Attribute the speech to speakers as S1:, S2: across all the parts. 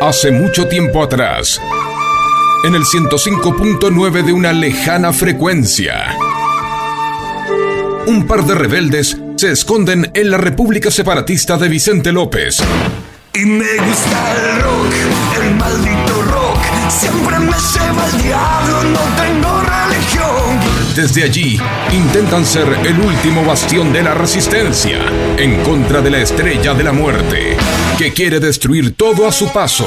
S1: Hace mucho tiempo atrás, en el 105.9 de una lejana frecuencia, un par de rebeldes se esconden en la República Separatista de Vicente López.
S2: Y me gusta el rock, el maldito rock. Siempre me lleva el diablo, no tengo religión.
S1: Desde allí, intentan ser el último bastión de la resistencia en contra de la estrella de la muerte, que quiere destruir todo a su paso,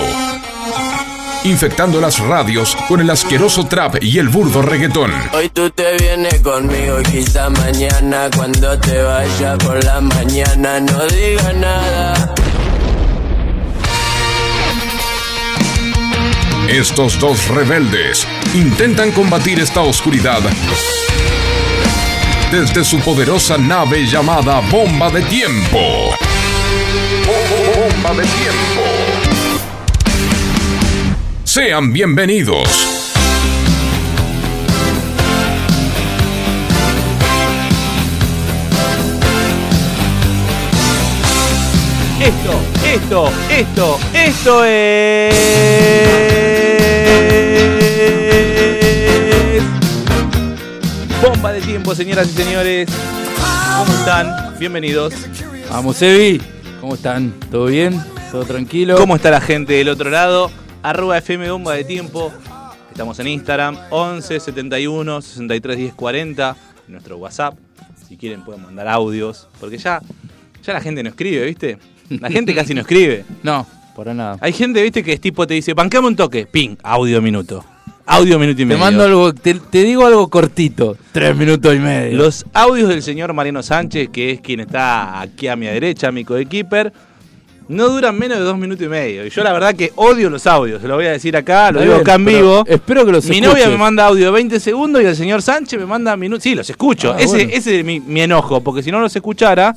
S1: infectando las radios con el asqueroso trap y el burdo reggaetón.
S3: Hoy tú te vienes conmigo y quizá mañana cuando te vaya por la mañana no diga nada.
S1: Estos dos rebeldes intentan combatir esta oscuridad desde su poderosa nave llamada Bomba de Tiempo. Bomba de Tiempo. Sean bienvenidos.
S4: Esto, esto, esto, esto es. Bomba de tiempo, señoras y señores. ¿Cómo están? Bienvenidos.
S5: Vamos, Evi. ¿Cómo están? ¿Todo bien? ¿Todo tranquilo?
S4: ¿Cómo está la gente del otro lado? Arroba FM Bomba de Tiempo. Estamos en Instagram, 11 71 63 10 40. en Nuestro WhatsApp. Si quieren, pueden mandar audios. Porque ya, ya la gente no escribe, ¿viste? La gente casi no escribe.
S5: No, para nada.
S4: Hay gente, viste, que es tipo, te dice, bancame un toque, ping, audio minuto. Audio minuto y
S5: Te
S4: medio.
S5: mando algo, te, te digo algo cortito. Tres minutos y medio.
S4: Los audios del señor Mariano Sánchez, que es quien está aquí a mi derecha, mi coequiper, no duran menos de dos minutos y medio. Y yo la verdad que odio los audios, se lo voy a decir acá, lo
S5: Está
S4: digo
S5: bien,
S4: acá en
S5: pero
S4: vivo.
S5: Espero que los
S4: Mi
S5: escuches.
S4: novia me manda audio de 20 segundos y el señor Sánchez me manda minutos. Sí, los escucho.
S5: Ah,
S4: ese,
S5: bueno.
S4: ese es mi, mi enojo, porque si no los escuchara,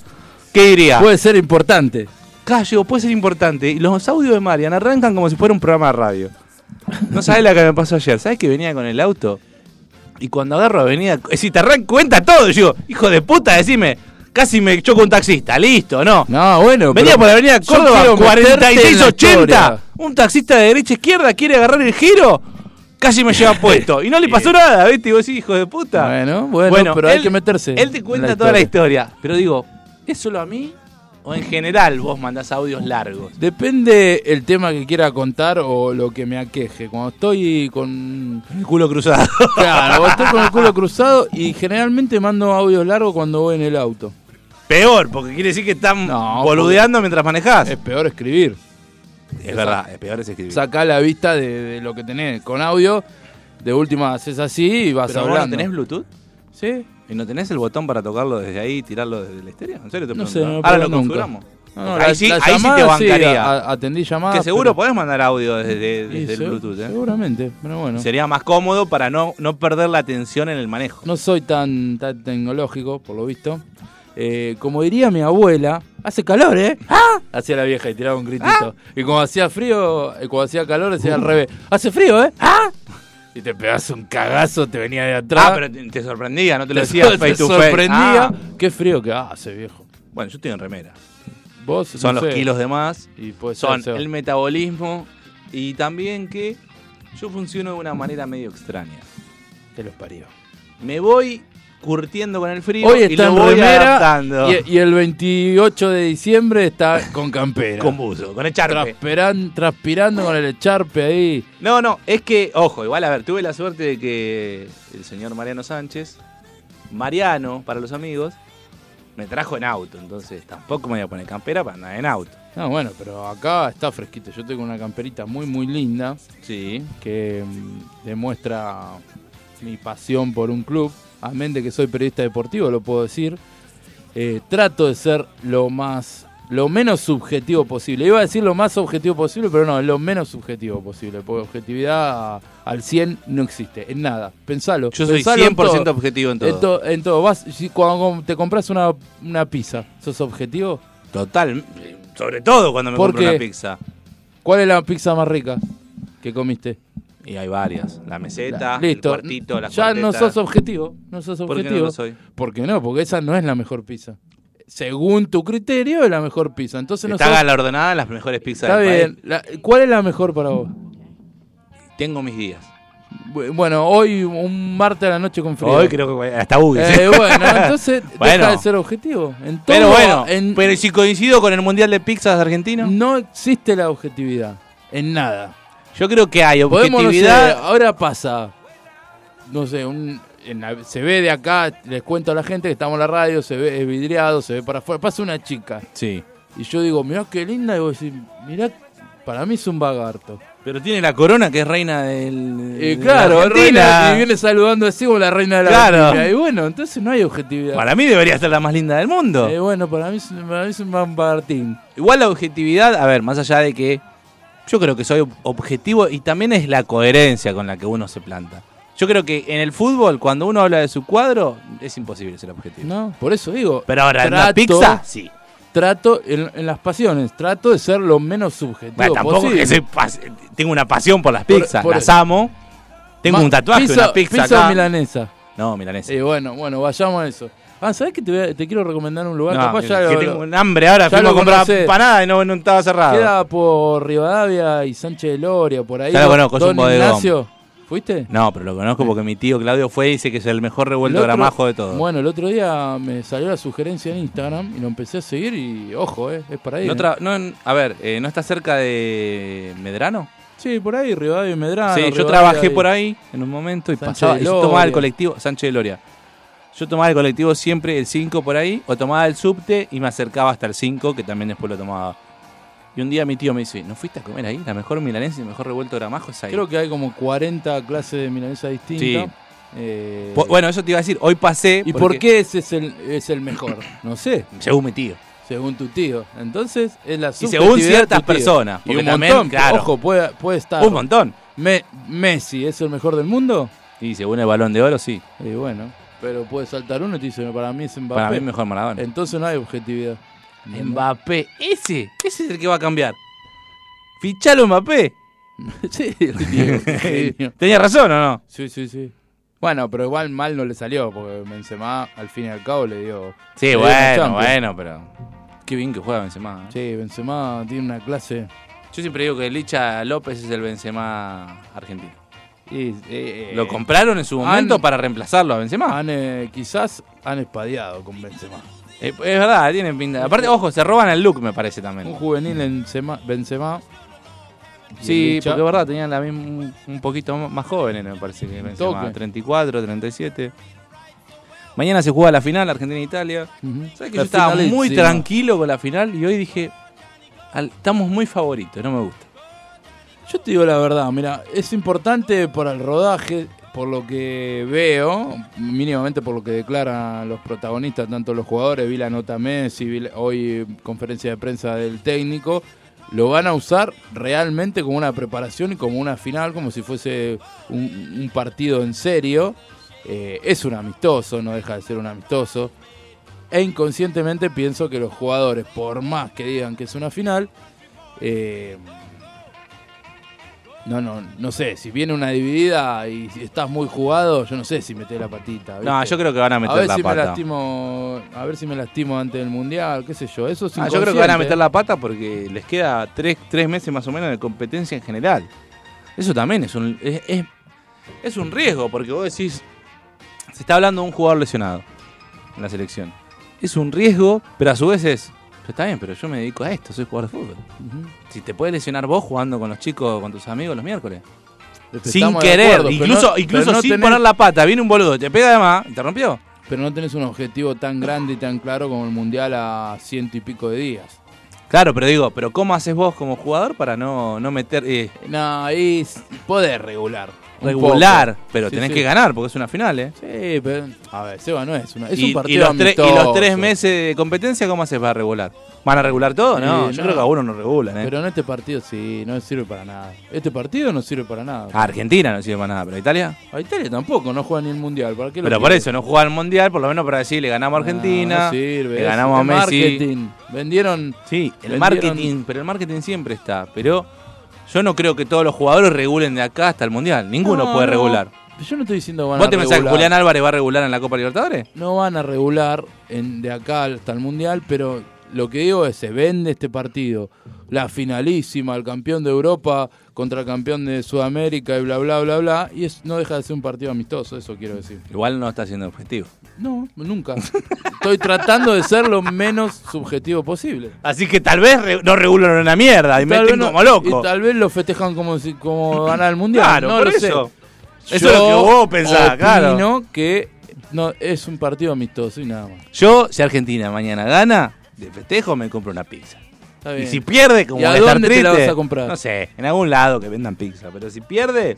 S4: ¿qué diría?
S5: Puede ser importante.
S4: Callo, puede ser importante. Y los audios de Marian arrancan como si fuera un programa de radio. No sabes la que me pasó ayer. ¿Sabes que venía con el auto? Y cuando agarro venía. Si te arranca cuenta todo, yo, hijo de puta, decime. Casi me choco un taxista, listo, ¿no?
S5: No, bueno.
S4: venía
S5: pero
S4: por la avenida
S5: yo
S4: Córdoba,
S5: quiero meterte en la
S4: 4680.
S5: historia.
S4: Un taxista de derecha a izquierda quiere agarrar el giro. Casi me lleva puesto. Y no le pasó nada, ¿viste? Y vos decís, hijo de puta.
S5: Bueno, bueno, pero hay que meterse
S4: Él te
S5: en
S4: cuenta
S5: la
S4: toda la historia. Pero digo, ¿es solo a mí? ¿O en general vos mandás audios largos?
S5: Depende el tema que quiera contar o lo que me aqueje. Cuando estoy con.
S4: El culo cruzado.
S5: Claro, cuando estoy con el culo cruzado y generalmente mando audios largos cuando voy en el auto.
S4: Peor, porque quiere decir que están
S5: No,
S4: boludeando mientras manejás.
S5: Es peor escribir.
S4: Es verdad, es peor es escribir.
S5: Sacá la vista de, de lo que tenés. Con audio, de última haces así y vas
S4: Pero vos no
S5: hablando.
S4: tenés Bluetooth
S5: ¿Sí?
S4: y no tenés el botón para tocarlo desde ahí y tirarlo desde el estéreo. ¿En serio te
S5: No
S4: pregunto?
S5: sé, no lo
S4: Ahora
S5: probé
S4: lo
S5: nunca.
S4: configuramos.
S5: No, no,
S4: ahí
S5: la-
S4: sí,
S5: la
S4: ahí sí te
S5: llamada
S4: bancaría.
S5: a- atendí llamadas.
S4: que seguro
S5: pero-
S4: podés mandar audio desde,
S5: Sí,
S4: desde el
S5: seg-
S4: Bluetooth, ¿eh?
S5: Seguramente, pero bueno.
S4: Sería más cómodo para no, no perder la atención en el manejo. Ah,
S5: No soy tan, tan tecnológico, por lo visto. Eh, como diría mi abuela, hace calor, ¿eh? ¡Ah! Hacía la vieja y tiraba un gritito.
S4: Ah.
S5: Y cuando hacía frío, eh, cuando hacía calor, decía al revés. Hace frío, ¿eh? ¡Ah! Y te pegas un cagazo, te venía de atrás.
S4: Ah, pero te, te sorprendía, no te lo
S5: te,
S4: decía
S5: te
S4: face to face.
S5: sorprendía.
S4: Ah.
S5: Qué frío que hace, viejo.
S4: Bueno, yo estoy en remera.
S5: Vos,
S4: Son
S5: no
S4: los
S5: sé.
S4: kilos de más,
S5: Y puede ser,
S4: son
S5: Seba.
S4: el metabolismo y también que yo funciono de una manera medio extraña.
S5: Que los parió.
S4: Me voy curtiendo con el frío
S5: Hoy
S4: y
S5: está
S4: lo
S5: en
S4: voy
S5: remera
S4: adaptando.
S5: y, y el 28 de diciembre está con campera.
S4: con buzo, con echarme.
S5: Trasperan- transpirando con el echarpe ahí.
S4: No, no, es que, ojo, igual, a ver, tuve la suerte de que el señor Mariano Sánchez, Mariano para los amigos, me trajo en auto, entonces tampoco me voy a poner campera para andar en auto.
S5: No, bueno, pero acá está fresquito. Yo tengo una camperita muy, muy linda
S4: Sí.
S5: que mm, demuestra mi pasión por un club. Amén de que soy periodista deportivo, lo puedo decir. Eh, trato de ser lo más, lo menos subjetivo posible. Iba a decir lo más objetivo posible, pero no, lo menos subjetivo posible. Porque objetividad al 100 no existe, en nada. Pensalo.
S4: Yo soy
S5: pensalo en
S4: 100%
S5: todo.
S4: objetivo en todo.
S5: En, to- en todo. Vas, si cuando te compras una, una pizza, ¿sos objetivo?
S4: Total, eh, sobre todo cuando me
S5: ¿Por
S4: compro
S5: qué?
S4: una pizza.
S5: ¿Cuál es la pizza más rica que comiste?
S4: Y hay varias. La meseta,
S5: Listo.
S4: el cuartito, la
S5: ya no sos objetivo. No sos
S4: ¿Por qué
S5: objetivo.
S4: no lo soy?
S5: ¿Por qué no? Porque esa no es la mejor pizza. según tu criterio, es la mejor pizza. Entonces no
S4: Está
S5: sos-
S4: galardonada en las mejores pizzas
S5: Está
S4: del
S5: bien. La- ¿Cuál es la mejor para vos?
S4: país. Tengo mis días.
S5: Bu- Bueno, hoy un martes a la noche con frío.
S4: Hoy creo que hasta Ubi.
S5: Eh, bueno, entonces
S4: Bueno.
S5: deja de ser objetivo. En
S4: pero
S5: todo,
S4: bueno,
S5: en-
S4: pero si coincido con el Mundial de Pizzas argentino,
S5: no existe la objetividad en nada.
S4: yo creo que hay
S5: Podemos, no sé,
S4: objetividad.
S5: ahora pasa, no sé, un- en la- se ve de acá, les cuento a la gente que estamos en la radio, se ve es vidriado, se ve para afuera, pasa una chica.
S4: Sí.
S5: Y yo digo, mirá qué linda, y vos decís, mirá, para mí es un vagarto.
S4: Pero tiene la corona que es reina del.
S5: Y
S4: de
S5: claro,
S4: la Argentina.
S5: reina, y viene saludando así como la reina de la
S4: Claro.
S5: Argentina. Y bueno, entonces no hay objetividad.
S4: Para mí debería ser la más linda del mundo.
S5: Eh, bueno, para mí, es- para mí es un vagartín.
S4: Igual la objetividad, a ver, más allá de que yo creo que soy ob- objetivo y también es la coherencia con la que uno se planta. Yo creo que en el fútbol, cuando uno habla de su cuadro, es imposible ser objetivo.
S5: No, por eso digo.
S4: Pero ahora, en una
S5: trato-
S4: pizza, sí.
S5: Trato, en, en las pasiones, trato de ser lo menos subjetivo
S4: Bueno, tampoco es
S5: posible.
S4: que soy pas- tengo una pasión por las
S5: Por-
S4: pizzas,
S5: por
S4: las
S5: eso.
S4: amo. Tengo
S5: Ma-
S4: un tatuaje,
S5: pizza,
S4: una pizza,
S5: pizza Eh,
S4: acá.
S5: milanesa.
S4: No, milanesa.
S5: Y bueno, bueno, vayamos a eso. Ah, ¿sabés que te, voy a- te quiero recomendar un lugar?
S4: No,
S5: Capaz ya
S4: que
S5: lo-
S4: tengo
S5: lo-
S4: un hambre ahora,
S5: ya
S4: fuimos
S5: lo
S4: a comprar
S5: conocés.
S4: empanada y no, no estaba cerrado.
S5: queda por Rivadavia y Sánchez de Loria, por ahí.
S4: Ya lo
S5: Don-
S4: conozco, es un
S5: Don
S4: bodegón.
S5: Ignacio, ¿fuiste?
S4: No, pero lo conozco porque mi tío Claudio fue y dice que es el mejor revuelto
S5: El otro-
S4: gramajo de todos.
S5: Bueno, el otro día me salió la sugerencia en Instagram y lo empecé a seguir y ojo, eh, es para ahí.
S4: No
S5: eh.
S4: tra- no en- a ver, eh, ¿no está cerca de Medrano?
S5: Sí, por ahí, Rivadavia y Medrano.
S4: sí, yo
S5: Rivadavia
S4: trabajé
S5: y-
S4: por ahí en un momento y
S5: Sánchez
S4: pasaba.
S5: de
S4: y yo tomaba el
S5: Loria.
S4: colectivo, Sánchez de Loria. Yo tomaba el colectivo siempre el 5 por ahí, o tomaba el subte y me acercaba hasta el 5, que también después lo tomaba. Y un día mi tío me dice, ¿no fuiste a comer ahí? La mejor milanesa y el mejor revuelto gramajo es ahí.
S5: Creo que hay como 40 clases de milanesa distintas.
S4: Sí.
S5: Eh,
S4: Po- bueno, eso te iba a decir, hoy pasé.
S5: ¿Y por qué ese es el, es el mejor? No sé,
S4: Según mi tío.
S5: según tu tío. Entonces, es la
S4: según
S5: subjetividad de tu
S4: ciertas
S5: tío.
S4: personas,
S5: Y
S4: porque
S5: un
S4: también,
S5: montón,
S4: claro.
S5: ojo, puede, puede estar.
S4: Un montón.
S5: Me- Messi es el mejor del mundo.
S4: Y según el balón de oro, sí.
S5: Y bueno, pero puede saltar uno y te dice, para mí es Mbappé.
S4: Para mí es mejor Maradona.
S5: Entonces no hay objetividad.
S4: Mbappé, ese, ese es el que va a cambiar. Fichalo Mbappé.
S5: sí, el Diego, genio.
S4: ¿Tenía razón o no?
S5: Sí, sí, sí. Bueno, pero igual mal no le salió, porque Benzema al fin y al cabo le dio...
S4: Sí,
S5: le dio una
S4: bueno,
S5: Champions.
S4: bueno, pero. Qué bien que juega Benzema. ¿eh?
S5: Sí, Benzema tiene una clase...
S4: Yo siempre digo que Licha López es el Benzema argentino.
S5: y, eh,
S4: Lo compraron en su momento para reemplazarlo a Benzema.
S5: han, eh, quizás han espadeado con Benzema.
S4: Eh, es verdad, tienen pinta. Aparte, ojo, se roban el look, me parece también.
S5: Un juvenil en Sema- Benzema. y el
S4: Sí,
S5: Licha,
S4: porque es verdad, tenían la misma, un- un poquito m- más jóvenes, me parece que Benzema.
S5: toque.
S4: 34, 37. Mañana se juega la final, Argentina-Italia.
S5: ujú.
S4: ¿Sabes que yo
S5: La
S4: estaba
S5: finalísima.
S4: muy tranquilo con la final y hoy dije, "Al- estamos muy favoritos, no me gusta.
S5: Yo te digo la verdad, mira, es importante para el rodaje, por lo que veo, mínimamente por lo que declaran los protagonistas, tanto los jugadores, vi la nota Messi, vi la- hoy conferencia de prensa del técnico, lo van a usar realmente como una preparación y como una final, como si fuese un, un partido en serio. Eh, es un amistoso, no deja de ser un amistoso. E inconscientemente pienso que los jugadores, por más que digan que es una final, eh, no, no, no sé, si viene una dividida y si estás muy jugado, yo no sé si metés la patita.
S4: No, yo creo que van a meter
S5: a ver
S4: la
S5: si me
S4: pata.
S5: lastimo, a ver si me lastimo antes del mundial, qué sé yo, eso es
S4: Ah, yo creo que van a
S5: inconsciente.
S4: meter la pata porque les queda tres, tres meses más o menos de competencia en general. Eso también es un, es, es- es un riesgo porque vos decís, se está hablando de un jugador lesionado en la selección. Es un riesgo, pero a su vez es, "Pero está bien, pero yo me dedico a esto, soy jugador de fútbol.
S5: Ujú.
S4: Si te puedes lesionar vos jugando con los chicos, con tus amigos los miércoles. Sin
S5: Estamos de
S4: querer,
S5: acuerdo, pero
S4: incluso,
S5: no-
S4: incluso
S5: pero no
S4: sin
S5: tenés-
S4: poner la pata, viene un boludo, te pega además, te rompió.
S5: Pero no tenés un objetivo tan grande y tan claro como el mundial a ciento y pico de días.
S4: Claro, pero digo, pero ¿cómo haces vos como jugador para no, no meter eh,
S5: No, ahí s- podés regular. un
S4: regular?
S5: poco.
S4: Pero
S5: Sí,
S4: tenés
S5: sí.
S4: que ganar, porque es una final, ¿eh?
S5: Sí, pero. A ver, Seba no es una. Es
S4: y,
S5: un
S4: y
S5: partido
S4: los tres, y los tres
S5: amistoso.
S4: meses de competencia, ¿cómo haces para regular? ¿Van a regular todo? No,
S5: Sí,
S4: yo
S5: no.
S4: creo que a uno no regulan, ¿eh?
S5: Pero en este partido sí, no sirve para nada. Este partido no sirve para nada.
S4: A Argentina no sirve para nada, pero a Italia.
S5: A Ah. Italia tampoco, no juega ni el mundial. ¿Para qué lo
S4: Pero por
S5: quiere? Ah,
S4: eso, no jugar al mundial, por lo menos para decir, le ganamos a Argentina,
S5: No, no sirve.
S4: le
S5: es
S4: ganamos a
S5: el
S4: Messi.
S5: Marketing. Vendieron.
S4: Sí, el
S5: Vendieron-
S4: marketing, pero el marketing siempre está. Pero yo no creo que todos los jugadores regulen de acá hasta el mundial. Ninguno
S5: No,
S4: puede
S5: no.
S4: regular.
S5: Yo no estoy diciendo que van
S4: ¿Vos
S5: a
S4: te pensás que
S5: regular.
S4: Julián Álvarez va a regular en la Copa Libertadores?
S5: No van a regular en- de acá hasta el Mundial, pero lo que digo es, se vende este partido. La finalísima, el campeón de Europa contra el campeón de Sudamérica y bla, bla, bla, bla. Y es, no deja de ser un partido amistoso, eso quiero decir.
S4: Igual no está siendo objetivo.
S5: No, nunca. Estoy tratando de ser lo menos subjetivo posible.
S4: Así que tal vez re- no regulan una mierda y
S5: Tal
S4: meten
S5: vez no-
S4: como loco.
S5: y tal vez lo festejan como, si- como ganar el Mundial.
S4: Claro,
S5: no
S4: por
S5: lo sé.
S4: eso. Eso es lo que vos pensás,
S5: opino
S4: claro.
S5: que no, es un partido amistoso y nada más.
S4: Yo, si Argentina mañana gana, de festejo me compro una pizza.
S5: Está
S4: Y
S5: bien.
S4: si pierde, como
S5: ¿Y a
S4: voy estar
S5: dónde te la
S4: triste,
S5: vas a comprar?
S4: No sé, en algún lado que vendan pizza. Pero si pierde,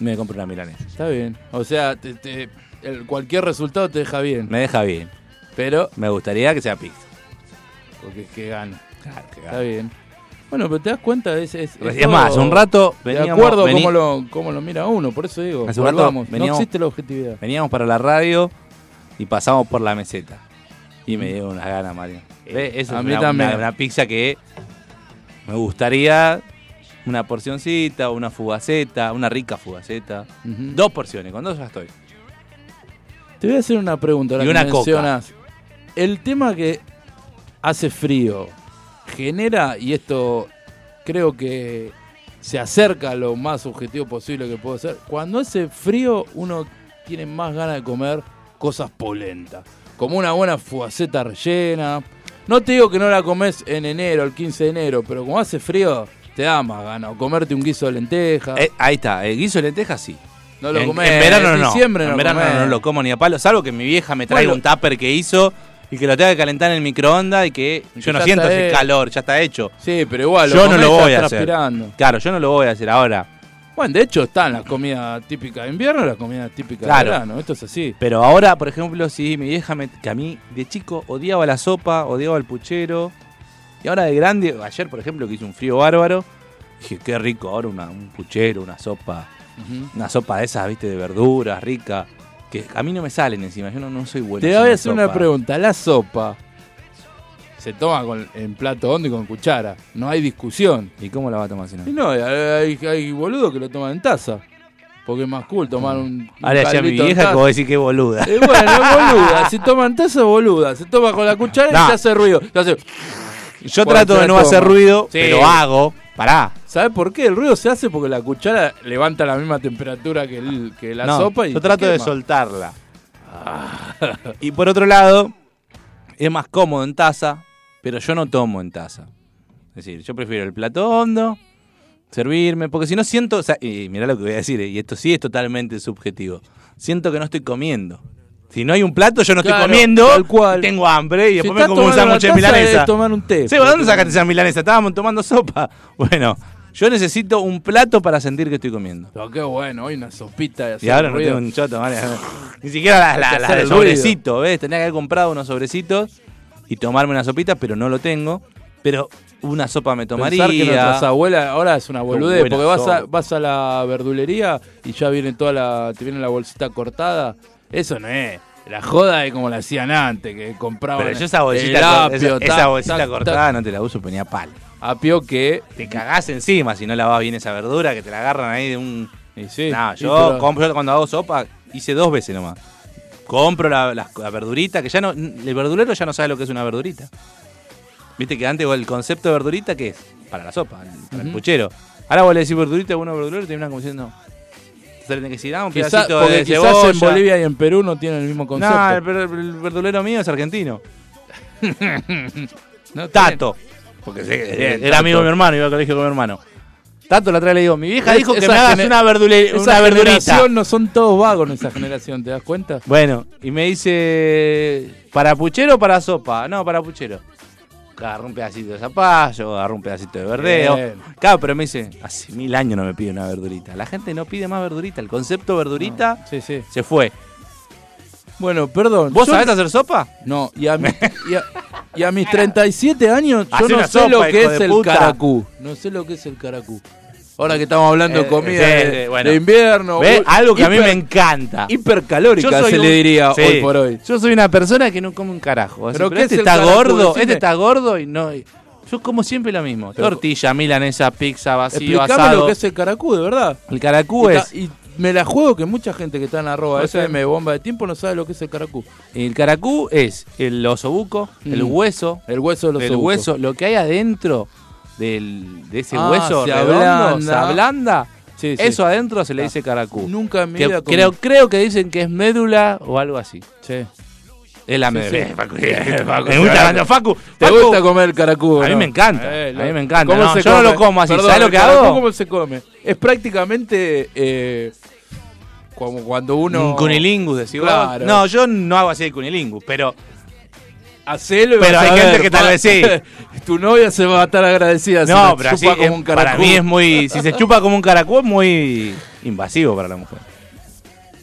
S4: me compro una milanesa.
S5: Está bien. O sea, te- te- el- cualquier resultado te deja bien.
S4: Me deja bien.
S5: Pero.
S4: Me gustaría que sea pizza.
S5: Porque es que gana.
S4: Claro, que
S5: Está
S4: gana.
S5: bien. Bueno, pero te das cuenta, es. Es,
S4: Es
S5: esto-
S4: más, hace un rato
S5: De
S4: veníamos-
S5: acuerdo
S4: vení-
S5: cómo, lo, cómo lo mira uno, por eso digo.
S4: Hace un rato
S5: volvamos.
S4: veníamos-
S5: No existe la objetividad.
S4: Veníamos para la radio y pasamos por la meseta. Y me dio unas ganas, Mario. ¿Ves? Eso
S5: Mm. Eh, a
S4: es
S5: mí
S4: una,
S5: también.
S4: Una, una pizza que me gustaría una porcioncita, una fugaceta, una rica fugaceta.
S5: Ujú.
S4: Dos porciones, con dos ya estoy.
S5: Te voy a hacer una pregunta. ahora
S4: Y
S5: que
S4: una
S5: me
S4: coca.
S5: mencionas. El tema que hace frío genera, y esto creo que se acerca a lo más objetivo posible que puedo ser. Cuando hace frío, uno tiene más ganas de comer cosas polentas. Como una buena fugaceta rellena. No te digo que no la comes en enero, el 15 de enero, pero como hace frío, te da más ganas. O comerte un guiso de lenteja.
S4: Eh, ahí está, el guiso de lentejas sí.
S5: Ah. no lo
S4: en,
S5: comes
S4: en verano no.
S5: diciembre
S4: en
S5: no
S4: verano
S5: comés.
S4: no lo como ni a palo, salvo que mi vieja me traiga un
S5: Bueno.
S4: tupper que hizo y que lo tenga que calentar en el microondas y que
S5: Y
S4: yo
S5: que
S4: no
S5: ya
S4: siento
S5: está
S4: ese
S5: hecho.
S4: calor, ya está hecho.
S5: Sí, pero igual,
S4: yo no
S5: comés,
S4: lo
S5: estás
S4: voy a hacer.
S5: transpirando.
S4: Claro, yo no lo voy a hacer ahora.
S5: Bueno, de hecho están las comidas típicas de invierno y las comidas típicas
S4: Claro.
S5: de verano. Esto es así.
S4: Pero ahora, por ejemplo, si mi vieja, me, que a mí de chico odiaba la sopa, odiaba el puchero. Y ahora de grande, ayer, por ejemplo, que hizo un frío bárbaro, dije, qué rico ahora una- un puchero, una sopa,
S5: Ujú.
S4: una sopa de esas, viste, de verduras, rica. Que a mí no me salen encima, yo no, no soy bueno.
S5: Te
S4: haciendo
S5: voy a hacer una
S4: sopa.
S5: pregunta. La sopa se toma con, en plato hondo y con cuchara. No hay discusión.
S4: ¿Y cómo la va a tomar si no?
S5: Y no, hay, hay, hay boludo que lo toman en taza. Porque es más cool tomar un. un
S4: Ahora ya mi
S5: caldito en
S4: vieja,
S5: taza.
S4: como decir que boluda.
S5: Eh, bueno, es boluda. Si toman taza, es boluda. Se toma con la cuchara
S4: No.
S5: y se hace ruido. Se hace-
S4: Yo
S5: Cuando
S4: trato de
S5: la
S4: no hacer
S5: toma.
S4: ruido,
S5: Sí.
S4: pero hago. Pará.
S5: ¿Sabes por qué? El ruido se hace porque la cuchara levanta la misma temperatura que, el- que la
S4: No,
S5: sopa. Y
S4: yo trato de
S5: quema.
S4: soltarla. Y por otro lado, es más cómodo en taza, pero yo no tomo en taza. Es decir, yo prefiero el plato hondo, servirme, porque si no siento, o sea, y mirá lo que voy a decir, eh, y esto sí es totalmente subjetivo. Siento que no estoy comiendo. Si no hay un plato, yo no
S5: Claro,
S4: estoy comiendo,
S5: tal cual.
S4: tengo hambre y
S5: Si
S4: después me
S5: estás
S4: como un
S5: tomando la
S4: sándwich de
S5: taza,
S4: milanesa.
S5: es tomar un té.
S4: Sí, ¿de dónde sacaste esa milanesa? Estábamos tomando sopa. Bueno, yo necesito un plato para sentir que estoy comiendo.
S5: Pero qué bueno, hoy una sopita de hacer
S4: Y ahora no
S5: ruido.
S4: tengo un choto, madre. Ni siquiera las la,
S5: Hay que hacer el
S4: sobrecitos, ¿ves? Tenía que haber comprado unos sobrecitos y tomarme una sopita, pero no lo tengo. Pero una sopa me tomaría.
S5: Pensar que nuestras abuelas ahora es una boludez,
S4: buena
S5: porque vas a,
S4: sopa.
S5: vas a la verdulería y ya viene toda la, te viene la bolsita cortada. Eso no es. La joda es como la hacían antes, que compraban.
S4: Pero yo esa
S5: el
S4: bolsita, cor-
S5: apio,
S4: esa, esa
S5: tac,
S4: bolsita
S5: tac,
S4: cortada
S5: tac.
S4: no te la uso, ponía pal.
S5: Apio que.
S4: Te cagás encima si no lavas bien esa verdura, que te la agarran ahí de un...
S5: y sí,
S4: no,
S5: sí,
S4: yo
S5: pero-
S4: compro yo cuando hago sopa, hice dos veces nomás. Compro la, las- la verdurita, que ya no... El verdulero ya no sabe lo que es una verdurita. Viste que antes vos el concepto de verdurita, ¿qué es? Para la sopa, para el
S5: Ujú.
S4: puchero. Ahora vos le decís verdurita a uno verdulero y te como diciendo... Te tienen que decir, ah, un
S5: Quizá-
S4: pedacito
S5: porque
S4: de
S5: quizás
S4: cebolla.
S5: en Bolivia y en Perú no tienen el mismo concepto.
S4: No, el, ver- el verdulero mío es argentino.
S5: No tienen.
S4: Tato. Porque se- era amigo de mi hermano, iba al colegio con mi hermano. Tato la otra vez le digo, mi vieja
S5: Es-
S4: dijo que
S5: esa
S4: me hagas
S5: gener-
S4: una, verdule-
S5: Esa
S4: una verdurita.
S5: generación no son todos vagos en esa generación, ¿te das cuenta?
S4: Bueno, y me dice, ¿para puchero o para sopa? No, para puchero. Agarró un pedacito de zapallo, agarró un pedacito de verdeo.
S5: Bien.
S4: Claro, pero me dice, hace mil años no me pide una verdurita. La gente no pide más verdurita, el concepto verdurita
S5: No, sí, sí.
S4: se fue.
S5: Bueno, perdón.
S4: ¿Vos
S5: yo-
S4: sabés hacer sopa?
S5: No, y a, mi- y a- y a mis 37 años yo
S4: Hacé
S5: no
S4: una
S5: sé
S4: sopa,
S5: lo
S4: hijo
S5: que es
S4: de
S5: el
S4: puta.
S5: caracú. No sé lo que es el caracú. Ahora que estamos hablando
S4: Eh,
S5: de comida
S4: sí,
S5: de,
S4: sí, bueno.
S5: de invierno.
S4: ¿Ves?
S5: u-
S4: Algo que a mí
S5: hiper-
S4: me encanta. Yo
S5: Hipercalórica
S4: soy
S5: se
S4: un-
S5: le diría
S4: sí.
S5: hoy por hoy.
S4: Yo soy una persona que no come un carajo. Así,
S5: ¿Pero
S4: Pero,
S5: qué
S4: este
S5: es el
S4: está
S5: carajo?
S4: gordo,
S5: Decime.
S4: este está gordo y no. y- Yo como siempre lo mismo. Tortilla, milanesa, pizza, vacío,
S5: Explicame
S4: asado.
S5: lo que es el caracú, de verdad.
S4: El caracú
S5: y,
S4: es
S5: ta- y me la juego que mucha gente que está en arroba
S6: Puede ser.
S5: FM bomba de tiempo no sabe lo que es el caracú.
S4: El caracú es el osobuco, el
S5: Mm.
S4: hueso,
S5: El hueso de los
S4: el
S5: obucos.
S4: hueso, lo que hay adentro del, de ese
S5: Ah,
S4: hueso
S5: se
S4: redondo,
S5: ablanda.
S4: se ablanda.
S5: Sí, sí.
S4: Eso adentro se le dice caracú.
S5: Nunca en mi
S4: Que-
S5: vida comí.
S4: creo, creo que dicen que es médula o algo así.
S5: Che.
S4: Es la
S5: Sí,
S4: médula.
S5: sí.
S4: Facu, eh, Facu, Me gusta cuando Facu.
S5: ¿Te
S4: Facu,
S5: gusta comer el caracú?
S4: A mí
S5: no?
S4: me encanta.
S5: Eh,
S4: a mí me encanta.
S5: ¿Cómo
S4: No,
S5: se
S4: yo no lo
S5: come?
S4: como así.
S5: Perdón,
S4: ¿Sabes lo
S5: el
S4: que
S5: caracú,
S4: hago?
S5: ¿Cómo se come? Es prácticamente eh, como cuando uno.
S4: Un cunilingus, decís vos.
S5: Claro.
S4: No, yo no hago así el cunilingus, pero
S5: Hacelo y
S4: Pero
S5: vas a
S4: hay gente
S5: ver,
S4: que tal
S5: pa-
S4: vez sí.
S5: tu novia se va a estar agradecida. si
S4: No,
S5: la
S4: pero
S5: chupa
S4: así
S5: como
S4: es-
S5: un
S4: para
S5: caracú.
S4: mí es muy. Si se chupa como un caracú, es muy invasivo para la mujer.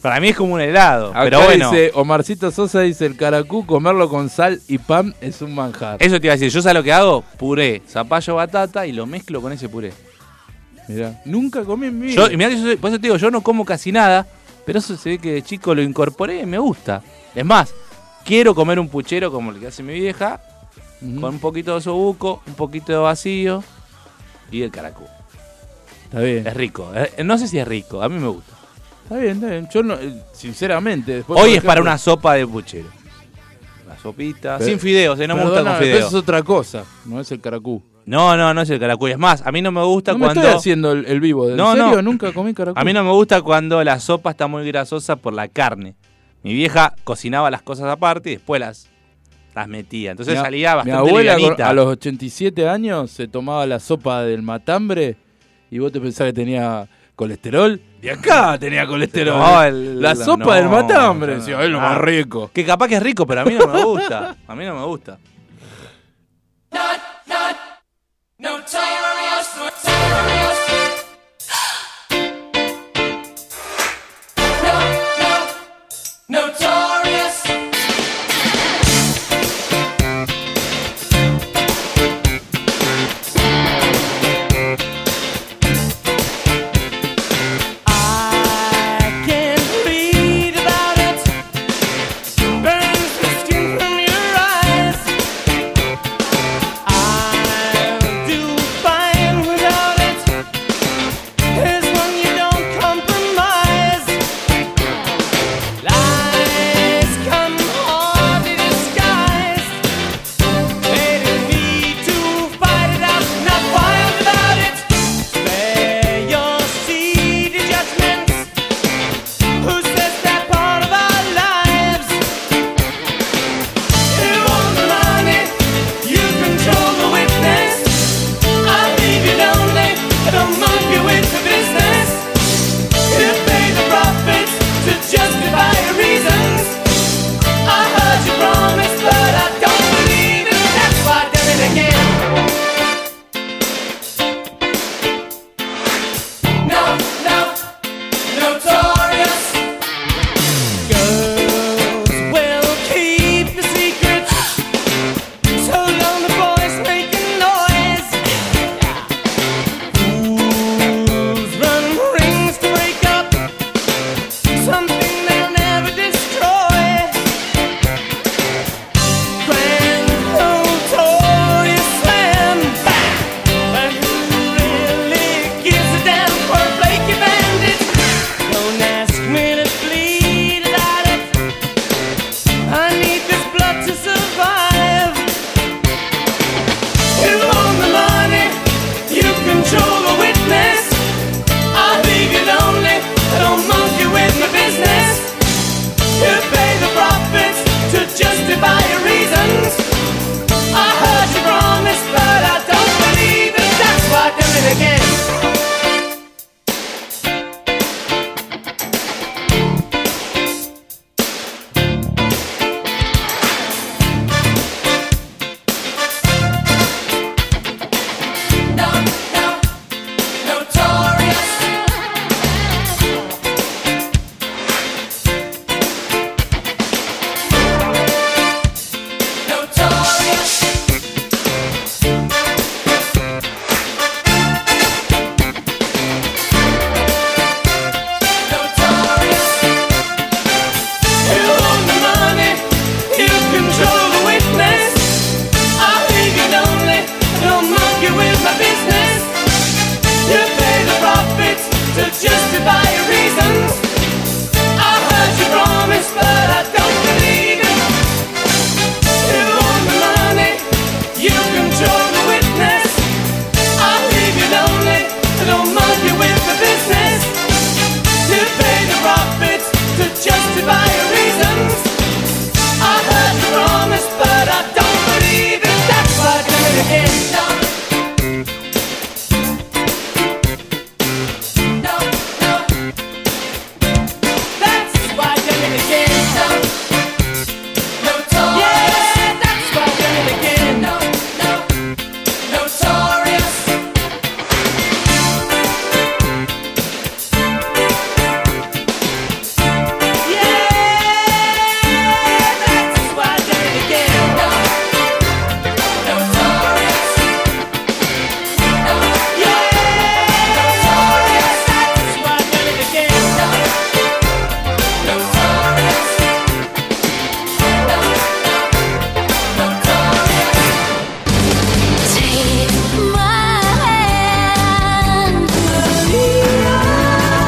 S4: Para mí es como un helado.
S5: Acá
S4: pero bueno,
S5: dice, Omarcito Sosa dice: el caracú, comerlo con sal y pan es un manjar.
S4: eso te iba a decir. Yo sé lo que hago: puré, zapallo, batata y lo mezclo con ese puré.
S5: Mirá, nunca comí en mi vida.
S4: Yo, y mirá que yo soy- por eso te digo, yo no como casi nada, pero eso se ve que de chico lo incorporé y me gusta. Es más, quiero comer un puchero como el que hace mi vieja,
S5: Ujú.
S4: con un poquito de sobuco, un poquito de vacío y el caracú.
S5: Está bien.
S4: Es rico. eh, No sé si es rico, a mí me gusta.
S5: Está bien, está bien. Yo no, eh, sinceramente. después, por
S4: Hoy es
S5: ejemplo-
S4: para una sopa de puchero. Una sopita.
S5: Pero-
S4: sin fideos, eh, no me gusta con
S5: Perdóname, pero
S4: fideos.
S5: eso es otra cosa. No es el caracú.
S4: No, no, no es el caracú. Es más, a mí no me gusta
S5: No me
S4: cuando.
S5: estoy haciendo el, el vivo. ¿En
S4: No,
S5: serio?
S4: no.
S5: Nunca comí caracú.
S4: A mí no me gusta cuando la sopa está muy grasosa por la carne. Mi vieja cocinaba las cosas aparte y después las, las metía. Entonces
S5: Mi a-
S4: salía
S5: Mi
S4: bastante
S5: abuela con-
S4: livianita.
S5: a los 87 años se tomaba la sopa del matambre y vos te pensás que tenía colesterol. De acá tenía colesterol.
S4: No, el-
S5: la
S4: la-
S5: sopa
S4: no,
S5: del matambre.
S4: no, no.
S5: Decía, es lo
S4: Ah.
S5: más rico.
S4: Que capaz que es rico, pero a mí no me gusta. A mí no me gusta.
S2: Compromise. Life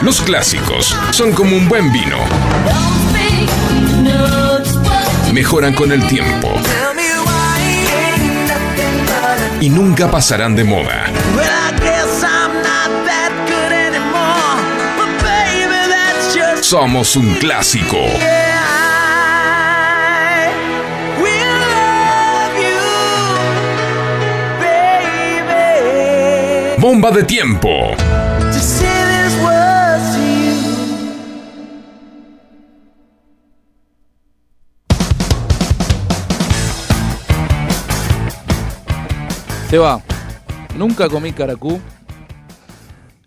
S1: Los clásicos son como un buen vino. Mejoran con el tiempo. Y nunca pasarán de moda. Somos un clásico. Bomba de tiempo.
S5: Se va. Nunca comí caracú.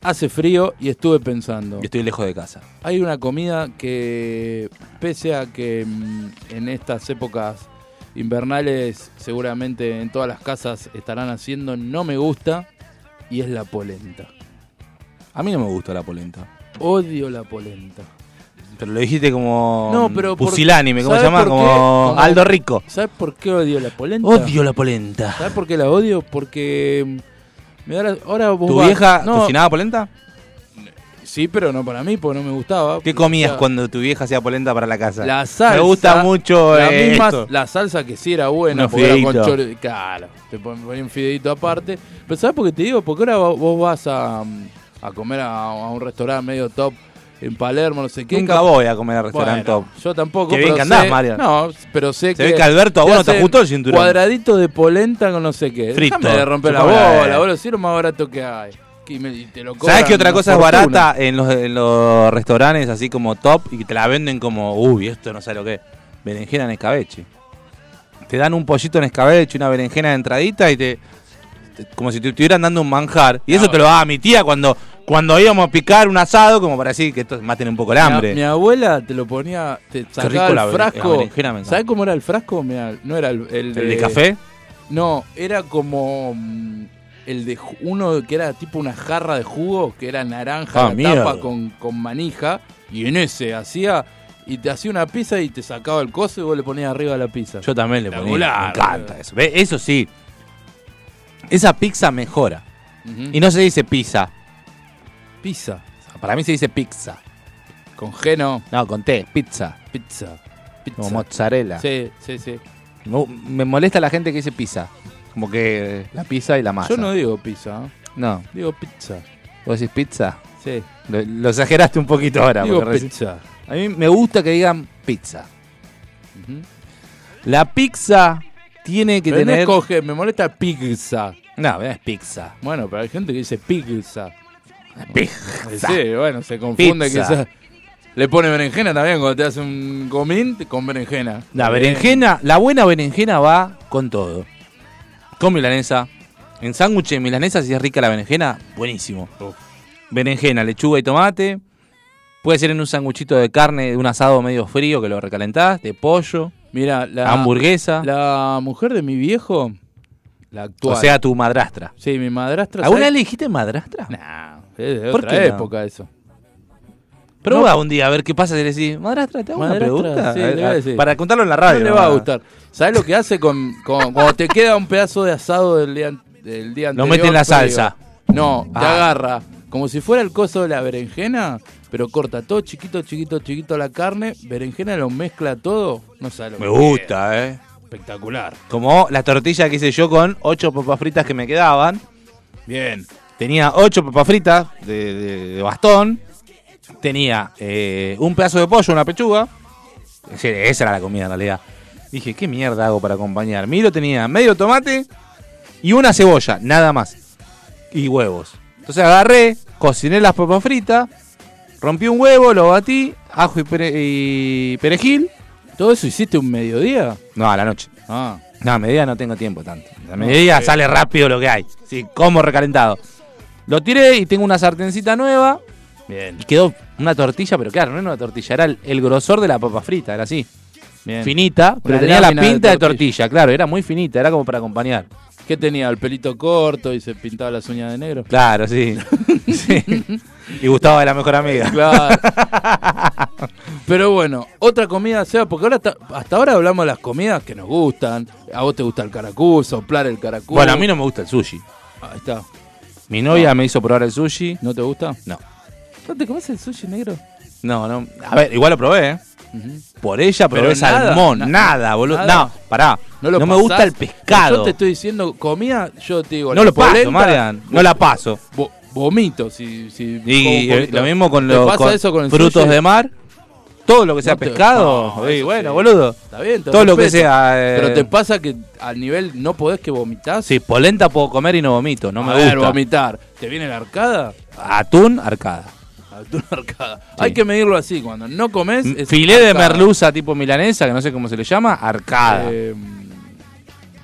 S5: Hace frío y estuve pensando.
S4: Estoy lejos de casa.
S5: Hay una comida que, pese a que mm, en estas épocas invernales, seguramente en todas las casas estarán haciendo, no me gusta, y es la polenta.
S4: A mí no me gusta la polenta.
S5: Odio la polenta.
S4: Pero lo dijiste como
S5: No, pero por-
S4: pusilánime, ¿cómo se
S5: ¿sabes
S4: llama?
S5: por qué?
S4: Como
S5: Como-
S4: Aldo Rico.
S5: ¿Sabes por qué odio la polenta?
S4: Odio la polenta.
S5: ¿Sabes por qué la odio? Porque mm, me da la- ahora vos
S4: ¿Tu
S5: vas-
S4: vieja
S5: no,
S4: cocinaba polenta?
S5: Sí, pero no para mí, porque no me gustaba.
S4: ¿Qué comías
S5: O sea,
S4: cuando tu vieja hacía polenta para la casa?
S5: La salsa.
S4: Me gusta mucho
S5: la
S4: eh,
S5: misma-
S4: esto.
S5: La salsa que sí era buena.
S4: Unos
S5: porque era con
S4: fideitos.
S5: chori- Claro, te pon- ponía un fideito aparte. Pero ¿sabes por qué te digo? Porque ahora vo- vos vas a, mm, a comer a, a un restaurante medio top en Palermo, no sé qué.
S4: Nunca
S5: cap-
S4: voy a comer al restaurante
S5: Bueno,
S4: top.
S5: Yo tampoco.
S4: Qué bien
S5: pero
S4: que andás,
S5: sé-
S4: Marian.
S5: No, pero sé que.
S4: Se ve que Alberto a vos no te
S5: hacen
S4: ajustó el cinturón.
S5: Cuadradito de polenta con no sé qué.
S4: Frito.
S5: Déjame de romper la
S4: Chupame la
S5: bola,
S4: verga.
S5: boludo. Si es lo más barato que hay. Y me- y te lo
S4: ¿Sabes
S5: cobran
S4: qué otra
S5: una
S4: cosa es
S5: fortuna.
S4: barata en los, en los restaurantes así como top y te la venden como, uy, esto no sé lo que es? Berenjena en escabeche. Te dan un pollito en escabeche, una berenjena de entradita y te. te- como si te estuvieran dando un manjar. Y eso te lo daba mi tía cuando, cuando íbamos a picar un asado, como para decir que esto- maten un poco el
S5: Mi a-
S4: hambre.
S5: Mi, abuela te lo ponía, te
S4: rico la
S5: sacaba el
S4: be- la
S5: frasco.
S4: berenjena, me encanta.
S5: ¿Sabes cómo era el frasco? Mirá, no era el, el
S4: ¿El de café?
S5: No, era como mm, el de ju- uno que era tipo una jarra de jugo, que era naranja,
S4: Ah,
S5: la
S4: mierda.
S5: tapa con, con manija, y en ese hacía, y te hacía una pizza y te sacaba el coso y vos le ponías arriba la pizza.
S4: Yo también le ponía. Me
S5: Espectacular.
S4: encanta eso. Ve, Eso sí. Esa pizza mejora.
S5: Ujú.
S4: Y no se dice pizza.
S5: Pizza.
S4: Para mí se dice pizza.
S5: Con geno,
S4: No, con T, pizza.
S5: pizza. Pizza.
S4: Como mozzarella.
S5: Sí, sí, sí.
S4: No, me molesta la gente que dice pizza. Como que eh, la pizza y la masa.
S5: Yo no digo pizza, ¿eh?
S4: No,
S5: digo pizza.
S4: vos decís pizza.
S5: Sí,
S4: Lo, lo exageraste un poquito ahora.
S5: digo
S4: porque recién-
S5: pizza.
S4: A mí me gusta que digan pizza.
S5: Ujú.
S4: La pizza tiene que
S5: Pero no
S4: tener.
S5: escoge, me molesta pizza.
S4: No, es pizza.
S5: Bueno, pero hay gente que dice pizza. Eh,
S4: Pizza.
S5: Sí, bueno, se confunde
S4: Pizza.
S5: quizás. Le pone berenjena también cuando te hace un comín con berenjena.
S4: La berenjena, la buena berenjena va con todo. Con milanesa. En sándwich de milanesa, si es rica la berenjena, buenísimo. Berenjena, lechuga y tomate. Puede ser en un sanguchito de carne, de un asado medio frío que lo recalentás, de pollo,
S5: Mira, Eh, la
S4: hamburguesa.
S5: La mujer de mi viejo, la actual.
S4: o sea, tu madrastra.
S5: sí, mi madrastra.
S4: ¿Alguna vez
S5: ¿sabes?
S4: le dijiste madrastra?
S5: Nah, es de
S4: ¿Por
S5: otra
S4: qué no?
S5: época eso.
S4: Prueba un día a ver qué pasa si le decís, madrastra, ¿te hago
S5: Madrastra,
S4: una pregunta?
S5: sí,
S4: A ver,
S5: le voy a
S4: a-
S5: decir.
S4: Para contarlo en la radio.
S5: no le
S4: ¿no?
S5: va a gustar. ¿Sabes lo que hace con, con- cuando te queda un pedazo de asado del día, an- del día
S4: Lo
S5: anterior?
S4: mete en la
S5: frío?
S4: salsa.
S5: No, te
S4: Ah.
S5: agarra como si fuera el coso de la berenjena, pero corta todo chiquito, chiquito, chiquito la carne, berenjena lo mezcla todo, no sabe lo
S4: Me
S5: que
S4: gusta, ¿eh?
S5: es. Espectacular.
S4: Como la tortilla que hice yo con ocho papas fritas que me quedaban.
S5: Bien.
S4: Tenía ocho papas fritas de, de- de bastón. Tenía eh, un pedazo de pollo, una pechuga. Es decir, Esa era la comida en realidad. Dije, ¿qué mierda hago para acompañar? Miro, tenía medio tomate y una cebolla, nada más. Y huevos. Entonces agarré, cociné las papas fritas, rompí un huevo, lo batí, ajo y, pere- y perejil.
S5: ¿Todo eso hiciste un mediodía?
S4: No, a la noche.
S5: Ah.
S4: No, a mediodía no tengo tiempo tanto. A mediodía sale rápido lo que hay. Sí, como recalentado. Lo tiré y tengo una sartencita nueva.
S5: Bien,
S4: Y quedó una tortilla, pero claro, no era una tortilla, era el, el grosor de la papa frita, era así.
S5: bien.
S4: Finita, pero
S5: Una
S4: tenía la
S5: lámina de
S4: pinta de tortilla.
S5: tortilla.
S4: claro, era muy finita, era como para acompañar.
S5: ¿Qué tenía? ¿El pelito corto y se pintaba las uñas de negro?
S4: Claro, sí. Sí. Y Gustavo de la mejor amiga.
S5: Claro. Pero bueno, otra comida, Seba, porque ahora ta- hasta ahora hablamos de las comidas que nos gustan. A vos te gusta el caracú, soplar el caracú.
S4: Bueno, a mí no me gusta el sushi.
S5: Ahí está.
S4: Mi novia me hizo probar el sushi.
S5: ¿No te gusta?
S4: No.
S5: ¿No te comes el sushi negro?
S4: No, no. A ver, igual lo probé, ¿eh? Por ella
S5: Pero
S4: probé
S5: nada,
S4: salmón.
S5: na-
S4: nada, boludo.
S5: nada.
S4: No, pará. No,
S5: lo
S4: me
S5: pasás.
S4: gusta el pescado.
S5: Yo te estoy diciendo comida, yo te digo.
S4: no
S5: la
S4: lo paso,
S5: polenta,
S4: Marian. No la paso.
S5: vo- vomito si, si como
S4: Y eh,
S5: poquito.
S4: lo mismo con
S5: ¿Te
S4: los
S5: pasa eso con el
S4: frutos
S5: sushi?
S4: de mar. Todo lo que sea
S5: No te-
S4: pescado.
S5: no,
S4: y
S5: eso
S4: bueno,
S5: sí.
S4: boludo.
S5: Está bien, te
S4: Todo lo que
S5: respeto.
S4: sea. eh,
S5: Pero te pasa que al nivel no podés que vomitar.
S4: Sí, polenta puedo comer y no vomito. No
S5: A
S4: me
S5: ver,
S4: gusta.
S5: vomitar. ¿Te viene la arcada?
S4: Atún, arcada.
S5: Atún arcada. Hay que medirlo así. Cuando no comes.
S4: M-
S5: es
S4: Filé de
S5: arcada.
S4: merluza tipo milanesa, que no sé cómo se le llama, arcada.
S5: Eh,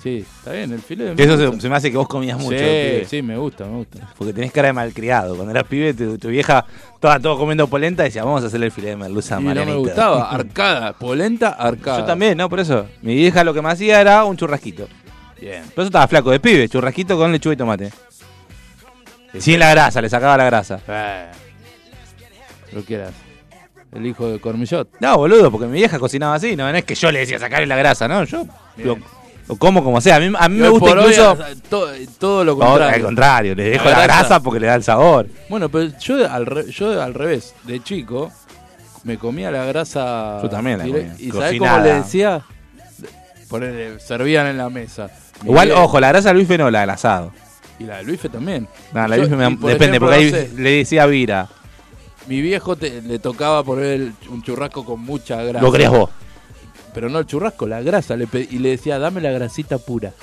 S5: sí, está bien, el filé de
S4: Que eso
S5: merluza.
S4: se, se me hace que vos comías mucho. de pibe.
S5: Sí, sí, me gusta, me gusta.
S4: Porque tenés cara de malcriado. Cuando eras pibe, tu, tu vieja estaba todo comiendo polenta y decía, vamos a hacerle el filé de merluza a
S5: Y no me
S4: Marianita".
S5: gustaba. Arcada, polenta, arcada.
S4: Yo también, ¿no? Por eso. Mi vieja lo que me hacía era un churrasquito. Bien. Pero eso estaba flaco de pibe, churrasquito con lechuga y tomate. Sin la grasa, le sacaba la grasa.
S5: Lo quieras. El hijo de Cormillot.
S4: No, boludo, porque mi vieja cocinaba así. No, no es que yo le decía sacarle la grasa, ¿no? Yo lo, lo como como sea. A mí, a mí
S5: Y
S4: me
S5: hoy
S4: gusta
S5: por hoy,
S4: incluso.
S5: a- todo, todo lo
S4: Ahora,
S5: contrario.
S4: al contrario, le dejo
S5: La
S4: la,
S5: grasa.
S4: grasa porque le da el sabor.
S5: Bueno, pero yo al, re- yo al revés, de chico, me comía la grasa.
S4: Yo también la
S5: direct-
S4: comía,
S5: ¿Y sabés
S4: cocinada.
S5: cómo le decía? Ponele, servían en la mesa. Mi
S4: Igual,
S5: vieja-
S4: ojo, la grasa de Luis no, la del asado.
S5: Y la de Luife también.
S4: No, la
S5: Yo-
S4: Luis me,
S5: y por
S4: depende,
S5: ejemplo,
S4: porque ahí
S5: no sé,
S4: le decía vira.
S5: Mi viejo te- le tocaba poner el- un churrasco con mucha grasa.
S4: Lo crees vos.
S5: Pero no el churrasco, la grasa. Le pe- y le decía, dame la grasita pura.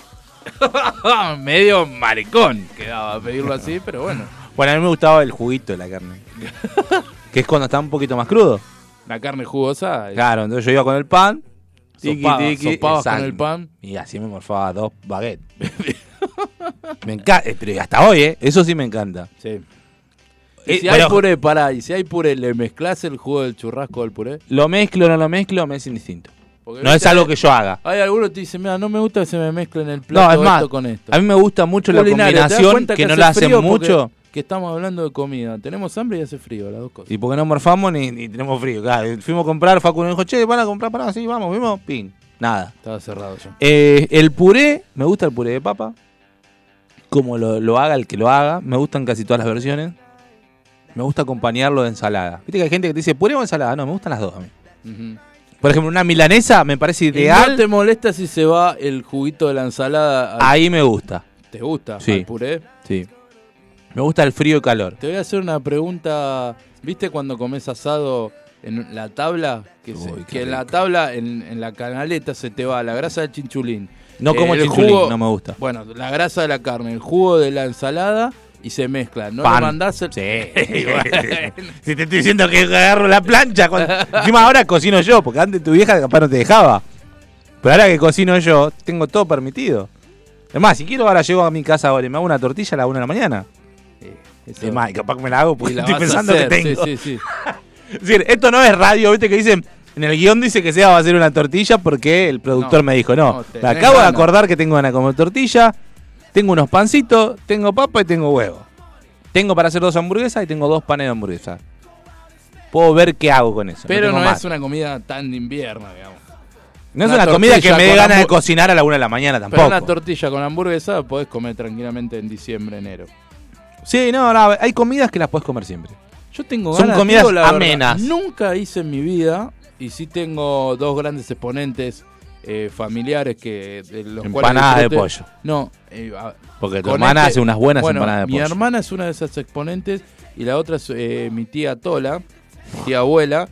S5: Medio maricón quedaba pedirlo así, pero bueno.
S4: Bueno, a mí me gustaba el juguito de la carne. que es cuando está un poquito más crudo.
S5: La carne jugosa. y-
S4: Claro, entonces yo iba con el pan. Tiki,
S5: Sopaba-
S4: tiki,
S5: sopabas con
S4: exacto.
S5: el pan.
S4: Y así me morfaba dos baguettes. me encanta, pero y hasta hoy, ¿eh? Eso sí me encanta.
S5: Sí.
S4: Eh,
S5: Y si
S4: pero-
S5: hay puré, pará, y si hay puré, ¿le mezclas el jugo del churrasco al puré?
S4: Lo mezclo, no lo mezclo, me es indistinto.
S5: Porque
S4: No
S5: viste,
S4: es algo que yo haga.
S5: Hay algunos que te dicen, mira, no me gusta que se me mezcle en el
S4: No,
S5: plato
S4: es más,
S5: esto con esto.
S4: a mí me gusta mucho la
S5: Culinario, ¿te das
S4: combinación,
S5: cuenta
S4: que no
S5: hace
S4: la hacen
S5: frío? Porque-
S4: mucho.
S5: Que estamos hablando de comida. Tenemos hambre y hace frío, las dos cosas.
S4: Y porque no morfamos ni, ni tenemos frío. Claro, fuimos a comprar, Facu nos dijo, che, van a comprar, para sí, vamos, vimos, pin. Nada.
S5: Estaba cerrado yo.
S4: Eh, el puré, me gusta el puré de papa. Como lo, lo haga el que lo haga, me gustan casi todas las versiones. Me gusta acompañarlo de ensalada. Viste que hay gente que te dice puré o ensalada. No, me gustan las dos a mí.
S5: Ujú.
S4: Por ejemplo, una milanesa me parece
S5: Y no
S4: ideal.
S5: te molesta si se va el juguito de la ensalada al-
S4: Ahí me gusta.
S5: ¿Te gusta
S4: Ah. Sí.
S5: al puré?
S4: Sí. Me gusta el frío y calor.
S5: Te voy a hacer una pregunta. ¿Viste cuando comes asado en la tabla? Que, se-
S4: Uy, qué
S5: que en la
S4: rico.
S5: tabla, en, en la canaleta, se te va la grasa del chinchulín.
S4: No como
S5: el
S4: chinchulín,
S5: jugo-
S4: no me gusta.
S5: Bueno, la grasa de la carne, el jugo de la ensalada y se mezcla. No
S4: Pan.
S5: le mandás el.
S4: Sí. si te estoy diciendo que agarro la plancha. cuando- Encima ahora cocino yo, porque antes tu vieja capaz no te dejaba. Pero ahora que cocino yo, tengo todo permitido. Es más, si quiero ahora llego a mi casa ahora y me hago una tortilla a la una de la mañana.
S5: Eso.
S4: Es más, y capaz que me la hago porque
S5: Y la
S4: estoy
S5: vas a
S4: pensando que
S5: hacer,
S4: tengo.
S5: Sí, sí, sí.
S4: Es decir, esto no es radio, viste que dicen. En el guión dice que sea va a ser una tortilla porque el productor
S5: No,
S4: me dijo, no.
S5: no,
S4: me
S5: tenés
S4: acabo de
S5: ganas.
S4: acordar que tengo ganas de comer tortilla, tengo unos pancitos, tengo papa y tengo huevo. Tengo para hacer dos hamburguesas y tengo dos panes de hamburguesa. Puedo ver qué hago con eso.
S5: Pero
S4: tengo
S5: no
S4: más.
S5: es una comida tan de invierno, digamos.
S4: No es
S5: una
S4: una comida que
S5: tortilla
S4: me dé
S5: con
S4: ganas de
S5: hambu-
S4: cocinar a la una de la mañana
S5: Pero una
S4: tampoco.
S5: tortilla con hamburguesa podés comer tranquilamente en diciembre, enero.
S4: Sí, no, no, hay comidas que las puedes comer siempre.
S5: Yo tengo
S4: Son
S5: ganas,
S4: comidas
S5: digo la verdad,
S4: amenas.
S5: nunca hice en mi vida y sí tengo dos grandes exponentes eh, familiares que de los cuales
S4: Empanadas de
S5: disfruté.
S4: pollo.
S5: No, eh, a-
S4: Porque tu
S5: con
S4: hermana
S5: este-
S4: hace unas buenas
S5: bueno,
S4: empanadas de
S5: Mi
S4: pollo.
S5: hermana es una de esas exponentes y la otra es eh, mi tía Tola, mi tía abuela,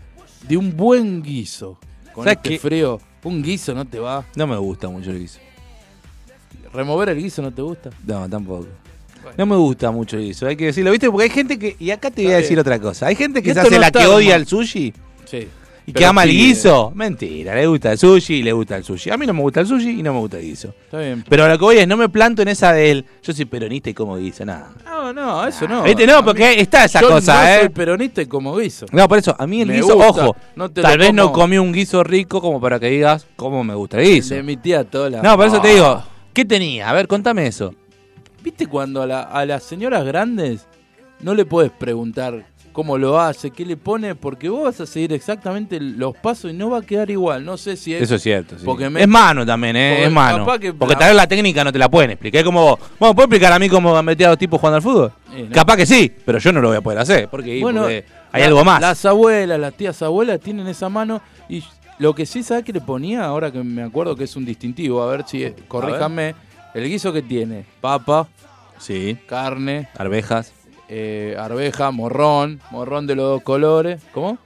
S5: de un buen guiso. Con
S4: ¿Sabes
S5: este
S4: qué?
S5: frío, un guiso no te va.
S4: No me gusta mucho el guiso.
S5: Remover el guiso no te gusta.
S4: No, tampoco. No me gusta mucho eso, hay que decirlo, ¿viste? Porque hay gente que. Y acá te voy a decir otra cosa. Hay gente que se
S5: Esto
S4: hace
S5: no
S4: la
S5: está
S4: que odia
S5: armado.
S4: el sushi
S5: Sí.
S4: y que
S5: Pero
S4: ama el
S5: sí,
S4: guiso. Mentira, le gusta el sushi y le gusta el sushi. A mí no me gusta el sushi y no me gusta el guiso.
S5: Está bien.
S4: Pero a lo que voy es, no me planto en esa de él. Yo soy peronista y como guiso, nada.
S5: No, no, eso no.
S4: ¿Viste? No, porque está esa
S5: Yo
S4: cosa,
S5: no
S4: ¿eh?
S5: soy peronista y como guiso.
S4: No, por eso, a mí el
S5: Me
S4: guiso,
S5: gusta,
S4: ojo.
S5: no te lo
S4: tal vez no
S5: como.
S4: comí un guiso rico como para que digas cómo me gusta el guiso.
S5: De mi tía Tola.
S4: No, por eso te
S5: Ah.
S4: digo, ¿qué tenía? A ver, contame eso.
S5: ¿Viste cuando a, la- a las señoras grandes no le puedes preguntar cómo lo hace, qué le pone, porque vos vas a seguir exactamente los pasos y no va a quedar igual. No sé si es.
S4: Eso es cierto. sí.
S5: Porque me-
S4: Es mano también, ¿eh?
S5: Porque
S4: es mano.
S5: capaz que-
S4: Porque tal vez la técnica no te la pueden explicar. Es como vos. Bueno, ¿puedes explicar a mí cómo metí a dos tipos jugando al fútbol?
S5: Eh, no.
S4: Capaz que sí, pero yo no lo voy a poder hacer. Porque, porque hay
S5: la-
S4: algo más.
S5: Las abuelas, las tías abuelas tienen esa mano y lo que sí sabes que le ponía, ahora que me acuerdo que es un distintivo, a ver si eh, corríjanme, el guiso que tiene, papa,
S4: Sí.
S5: carne,
S4: Arvejas.
S5: eh, arveja, morrón, morrón de los dos colores, ¿cómo?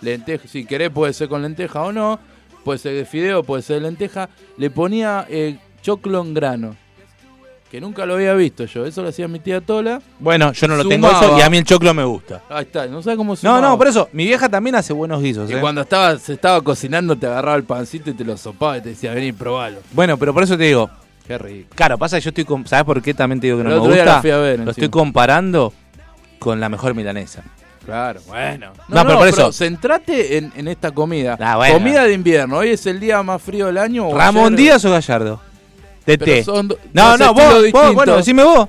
S5: Lenteja, si querés puede ser con lenteja o no, puede ser de fideo, puede ser de lenteja, le ponía eh, choclo en grano, que nunca lo había visto yo, eso lo hacía mi tía Tola,
S4: Bueno, yo no lo tengo
S5: Sumaba.
S4: eso y a mí el choclo me gusta.
S5: ahí está, no sabe cómo se
S4: No, no, por eso. Mi vieja también hace buenos guisos.
S5: Y
S4: ¿eh?
S5: cuando estaba, se estaba cocinando, te agarraba el pancito y te lo sopaba y te decía, vení, probalo.
S4: Bueno, pero por eso te digo.
S5: Qué rico.
S4: Claro, pasa que yo estoy. com- ¿Sabes por qué también te digo que
S5: El
S4: no me
S5: otro día
S4: gusta?
S5: la fui a ver,
S4: lo
S5: encima.
S4: estoy comparando con la mejor milanesa.
S5: Claro, bueno.
S4: No, pero por eso.
S5: Centrate en, en esta comida.
S4: Ah, bueno.
S5: Comida de invierno. Hoy es el día más frío del año. o
S4: ¿Ramón
S5: ayer-
S4: Díaz o Gallardo?
S5: Pero
S4: Tete.
S5: son do-
S4: No,
S5: dos
S4: no,
S5: estilos
S4: vos, vos,
S5: distintos.
S4: bueno, decime vos.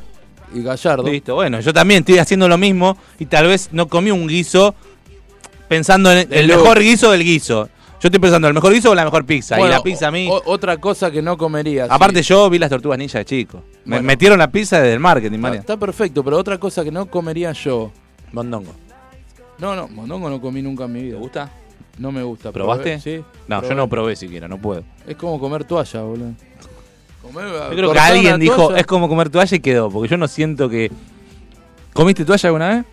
S5: Y Gallardo.
S4: Listo, bueno, yo también estoy haciendo lo mismo y tal vez no comí un guiso pensando en el
S5: Del
S4: mejor guiso del guiso. Yo estoy pensando el mejor guiso o la mejor pizza.
S5: Bueno,
S4: y la pizza a mí.
S5: o- otra cosa que no comerías.
S4: aparte,
S5: sí.
S4: yo vi las tortugas ninja de chico. Me
S5: Bueno.
S4: metieron la pizza desde el marketing,
S5: Está,
S4: María.
S5: está perfecto, pero otra cosa que no comería yo.
S4: Mondongo.
S5: No, no, mondongo no comí nunca en mi vida.
S4: ¿Te gusta?
S5: No me gusta.
S4: ¿Probaste?
S5: Probé, Sí.
S4: No, yo
S5: probé.
S4: no probé siquiera, no puedo.
S5: Es como comer toalla, boludo. Comer,
S4: Yo creo que alguien dijo, es como comer toalla y quedó, porque yo no siento que. ¿Comiste toalla alguna vez?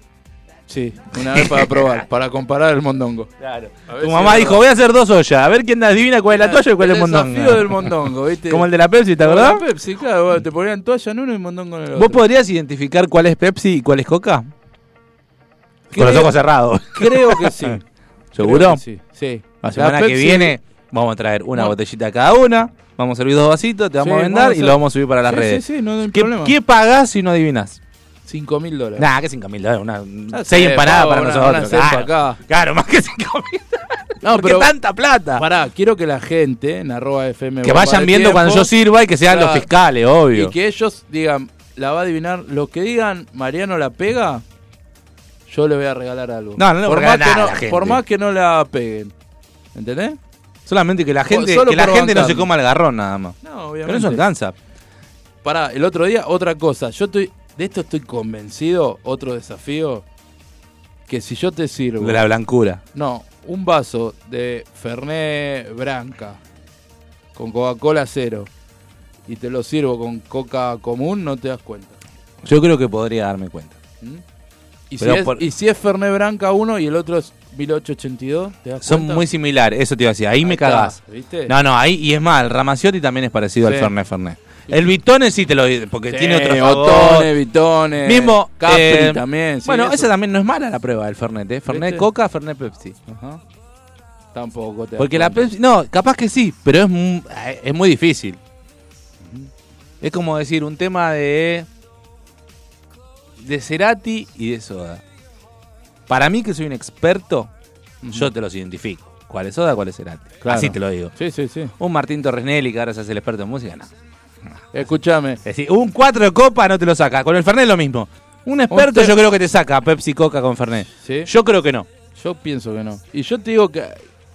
S5: Sí, una vez para probar, para comparar el mondongo.
S4: Claro.
S5: ver
S4: Tu
S5: si
S4: mamá
S5: es
S4: dijo,
S5: verdad.
S4: voy a hacer dos ollas, a ver quién adivina cuál es la toalla y cuál es el
S5: desafío del
S4: mondongo.
S5: mondongo, ¿viste?
S4: Como el de la Pepsi, ¿te
S5: Como
S4: acordás?
S5: la Pepsi, claro, bueno, te ponían toalla en uno y mondongo en el otro.
S4: ¿Vos podrías identificar cuál es Pepsi y cuál es Coca?
S5: Creo-
S4: Con los ojos cerrados.
S5: Creo que sí. creo
S4: ¿Seguro?
S5: que sí, sí.
S4: La semana que
S5: Pepsi-
S4: viene vamos a traer una
S5: No.
S4: botellita cada una, vamos a servir dos vasitos, te vamos
S5: Sí,
S4: a vendar
S5: vamos a-
S4: y lo vamos a subir para las
S5: sí,
S4: redes.
S5: Sí, sí, no hay
S4: ¿Qué,
S5: problema.
S4: qué pagás si no adivinás?
S5: 5 mil dólares.
S4: Nah, que 5 mil dólares, una,
S5: Ah,
S4: seis
S5: sí,
S4: empanadas
S5: pavo,
S4: para
S5: una-
S4: nosotros.
S5: una cepa
S4: claro.
S5: acá.
S4: Claro, más que 5 mil
S5: no,
S4: porque tanta plata.
S5: Pará, quiero que la gente en arroba FM.
S4: Ah. que
S5: bomba
S4: vayan
S5: de
S4: viendo cuando
S5: tiempo,
S4: yo sirva y que sean los
S5: Claro.
S4: fiscales, obvio.
S5: Y que ellos digan, la va a adivinar, lo que digan, Mariano la pega, yo le voy a regalar algo.
S4: No, no le voy a
S5: por
S4: regalar
S5: más que
S4: nada a
S5: no,
S4: la gente.
S5: Por más que no la peguen. ¿Entendés?
S4: Solamente que la gente,
S5: solo
S4: que la
S5: por
S4: gente no
S5: bancarme.
S4: se coma el garrón nada más.
S5: No,
S4: Pero eso alcanza.
S5: Pará, el otro día, otra cosa. Yo estoy, de esto estoy convencido, otro desafío, que si yo te sirvo...
S4: De la blancura.
S5: No, un vaso de Fernet Branca con Coca-Cola cero y te lo sirvo con Coca común, no te das cuenta.
S4: Yo creo que podría darme cuenta.
S5: Y si,
S4: Pero
S5: es,
S4: por-
S5: y si es Fernet Branca uno y el otro es 1882, ¿te das
S4: Son
S5: cuenta?
S4: muy similares, eso te iba a decir. Ahí, me
S5: está,
S4: cagás.
S5: ¿viste?
S4: No, no, ahí. Y es más, el Ramaciotti también es parecido
S5: Sí.
S4: al Fernet Fernet. El Vitone sí te lo porque
S5: Sí,
S4: tiene otro
S5: Otones,
S4: sabor.
S5: Bitones,
S4: Mismo.
S5: Capri
S4: eh,
S5: también. sí,
S4: bueno,
S5: eso
S4: esa también no es mala la prueba del Fernet, ¿eh? Fernet
S5: ¿Viste?
S4: Coca, Fernet Pepsi.
S5: tampoco te das
S4: Porque la
S5: cuenta.
S4: Pepsi. No, capaz que sí, pero es, mu- eh, es muy difícil. Es como decir un tema de. de Cerati y de Soda. Para mí, que soy un experto, yo te los identifico. ¿Cuál es Soda, cuál es Cerati?
S5: Claro.
S4: Así te lo digo.
S5: Sí, sí, sí.
S4: Un Martín Torres Nelly, que ahora se hace el experto en música, no.
S5: Escúchame.
S4: Es decir, un 4 de copa no te lo saca. Con el Fernet lo mismo. Un experto
S5: te-
S4: yo creo que te saca Pepsi Coca con Fernet.
S5: Sí.
S4: Yo creo que no.
S5: Yo pienso que no. Y yo te digo que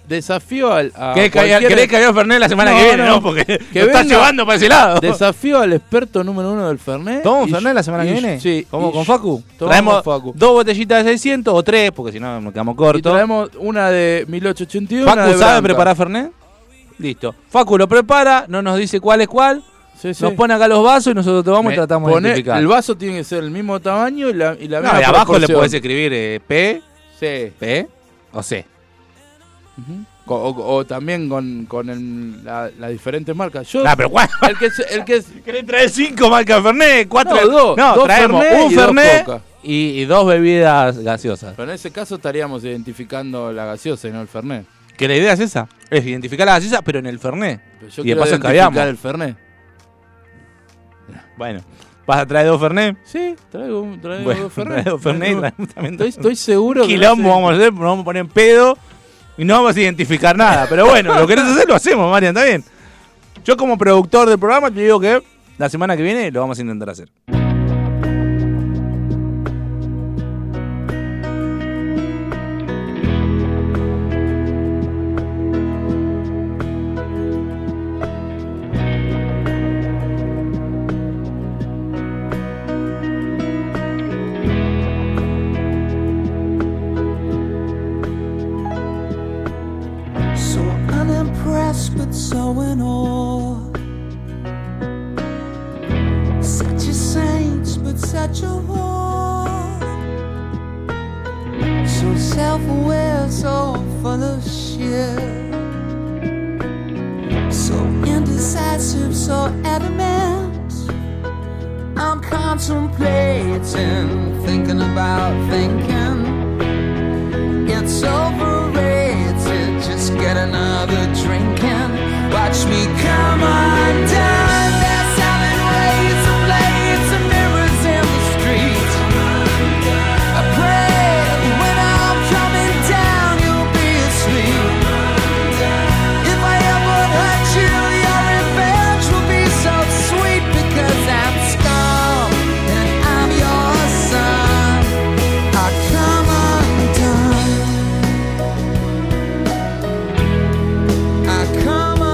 S5: desafío al. A
S4: ¿Querés que haya-
S5: cualquier-
S4: ¿Querés que haya Fernet la semana
S5: Ah, No,
S4: que viene?
S5: no.
S4: No, porque
S5: Que
S4: lo estás
S5: venga-
S4: llevando para ese lado.
S5: Desafío al experto número uno del Fernet.
S4: ¿Tomamos
S5: Y yo-
S4: Fernet la semana que
S5: y-
S4: viene?
S5: Sí.
S4: ¿Cómo
S5: y-
S4: con Facu?
S5: Tomamos
S4: Traemos
S5: Facu.
S4: dos botellitas de 600 o tres, porque si no nos quedamos
S5: Y
S4: cortos.
S5: traemos una de 1881. una
S4: ¿Facu
S5: de
S4: sabe
S5: Branca.
S4: preparar Fernet? Listo. Facu lo prepara, no nos dice cuál es cuál.
S5: Sí, sí.
S4: Nos pone acá los vasos y nosotros tomamos
S5: Me
S4: y tratamos
S5: pone-
S4: de identificar.
S5: El vaso tiene que ser el mismo tamaño y la, y la
S4: No,
S5: misma
S4: y abajo le
S5: proporción.
S4: podés escribir eh, P,
S5: Sí.
S4: P o C.
S5: O, o- o también con, con el- la- las diferentes marcas. Yo.
S4: Ah, pero ¿cuál?
S5: El que, se- el que se-
S4: ¿Querés traer cinco marcas Fernet? Cuatro.
S5: No, dos.
S4: No,
S5: Dos
S4: traemos
S5: Fernet
S4: un
S5: y dos
S4: Fernet
S5: Coca.
S4: y, y dos bebidas gaseosas.
S5: Pero en ese caso estaríamos identificando la gaseosa y no el Fernet.
S4: Que la idea es esa. Es identificar las gaseosas, pero en el Fernet.
S5: Pero
S4: Y de
S5: yo quiero
S4: paso
S5: identificar
S4: escabiamos.
S5: el Fernet.
S4: Bueno. ¿Vas a traer dos Fernet?
S5: Sí, traigo, un- traigo
S4: Bueno,
S5: dos Fernet.
S4: dos Fernet y
S5: Traigo-
S4: traemos también
S5: Estoy,
S4: dos-
S5: estoy seguro que no
S4: Quilombo
S5: sé.
S4: vamos a hacer, nos vamos a poner en pedo y no vamos a identificar nada. Pero bueno, lo querés hacer, lo hacemos, Marian, está bien. Yo como productor del programa te digo que la semana que viene lo vamos a intentar hacer.
S2: impressed but so in awe. Such a saint but such a whore. So self aware, so full of shit. So indecisive, so adamant. I'm contemplating, thinking about thinking. It's overrated. Just get another drink and watch me come undone. There's seven ways to play. It's a mirrors in the street. I pray that when I'm coming down, you'll be asleep. If I ever hurt you, your revenge will be so sweet because I'm scum and I'm your son. I come undone. I come undone.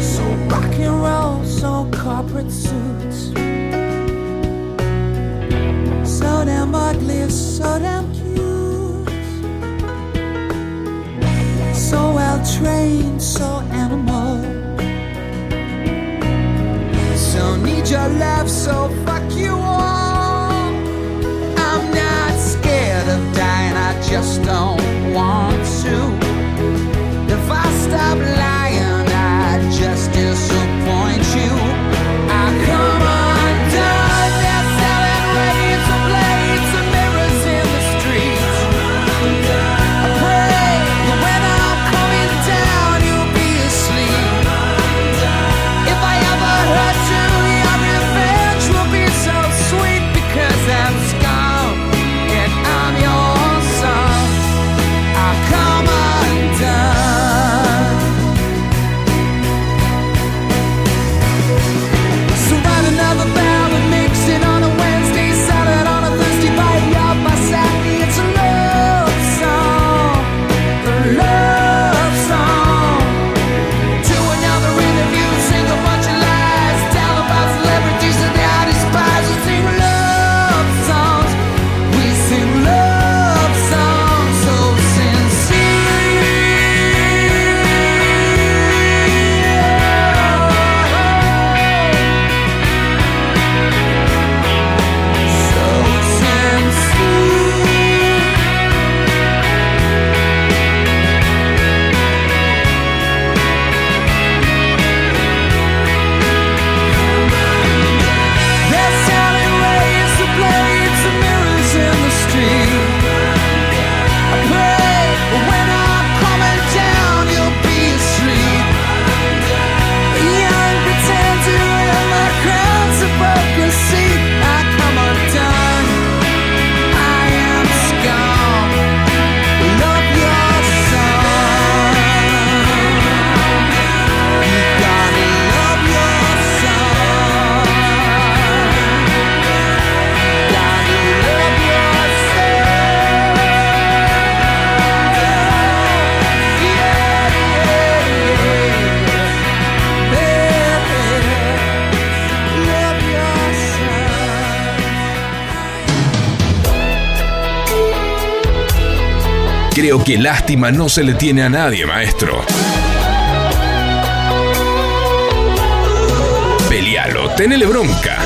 S2: So rock and roll, so corporate suits. So damn ugly, so damn cute. So well trained, so animal. So need your love, so fuck you all. I'm not scared of dying, I just don't want to. If I stop lying, I just disappoint you. I come undone. There's seven ways to play. It's a mirrors in the streets. I pray that when I'm coming down, you'll be asleep. If I ever hurt you, your revenge will be so sweet because I'm scum and I'm your son. I come undone. So write another vow and mix it on a Wednesday, sell it on a Thursday, buy it off my Saturday. It's a love song, a love song. To another interview, sing a bunch of lies, tell about celebrities and how to spies. We sing love songs, we sing love songs so sincere, so sincere. There's seven ways to play. It's the mirrors in the street. I pray when I'm coming down, you'll be asleep. Young pretender and my crown's above your seat. I come undone. I am scum. Love your son. You gotta love your son. Gotta love your son. Yeah, yeah, yeah. Baby, love your son.
S1: Creo que lástima no se le tiene a nadie, maestro. Pelealo, tenele bronca.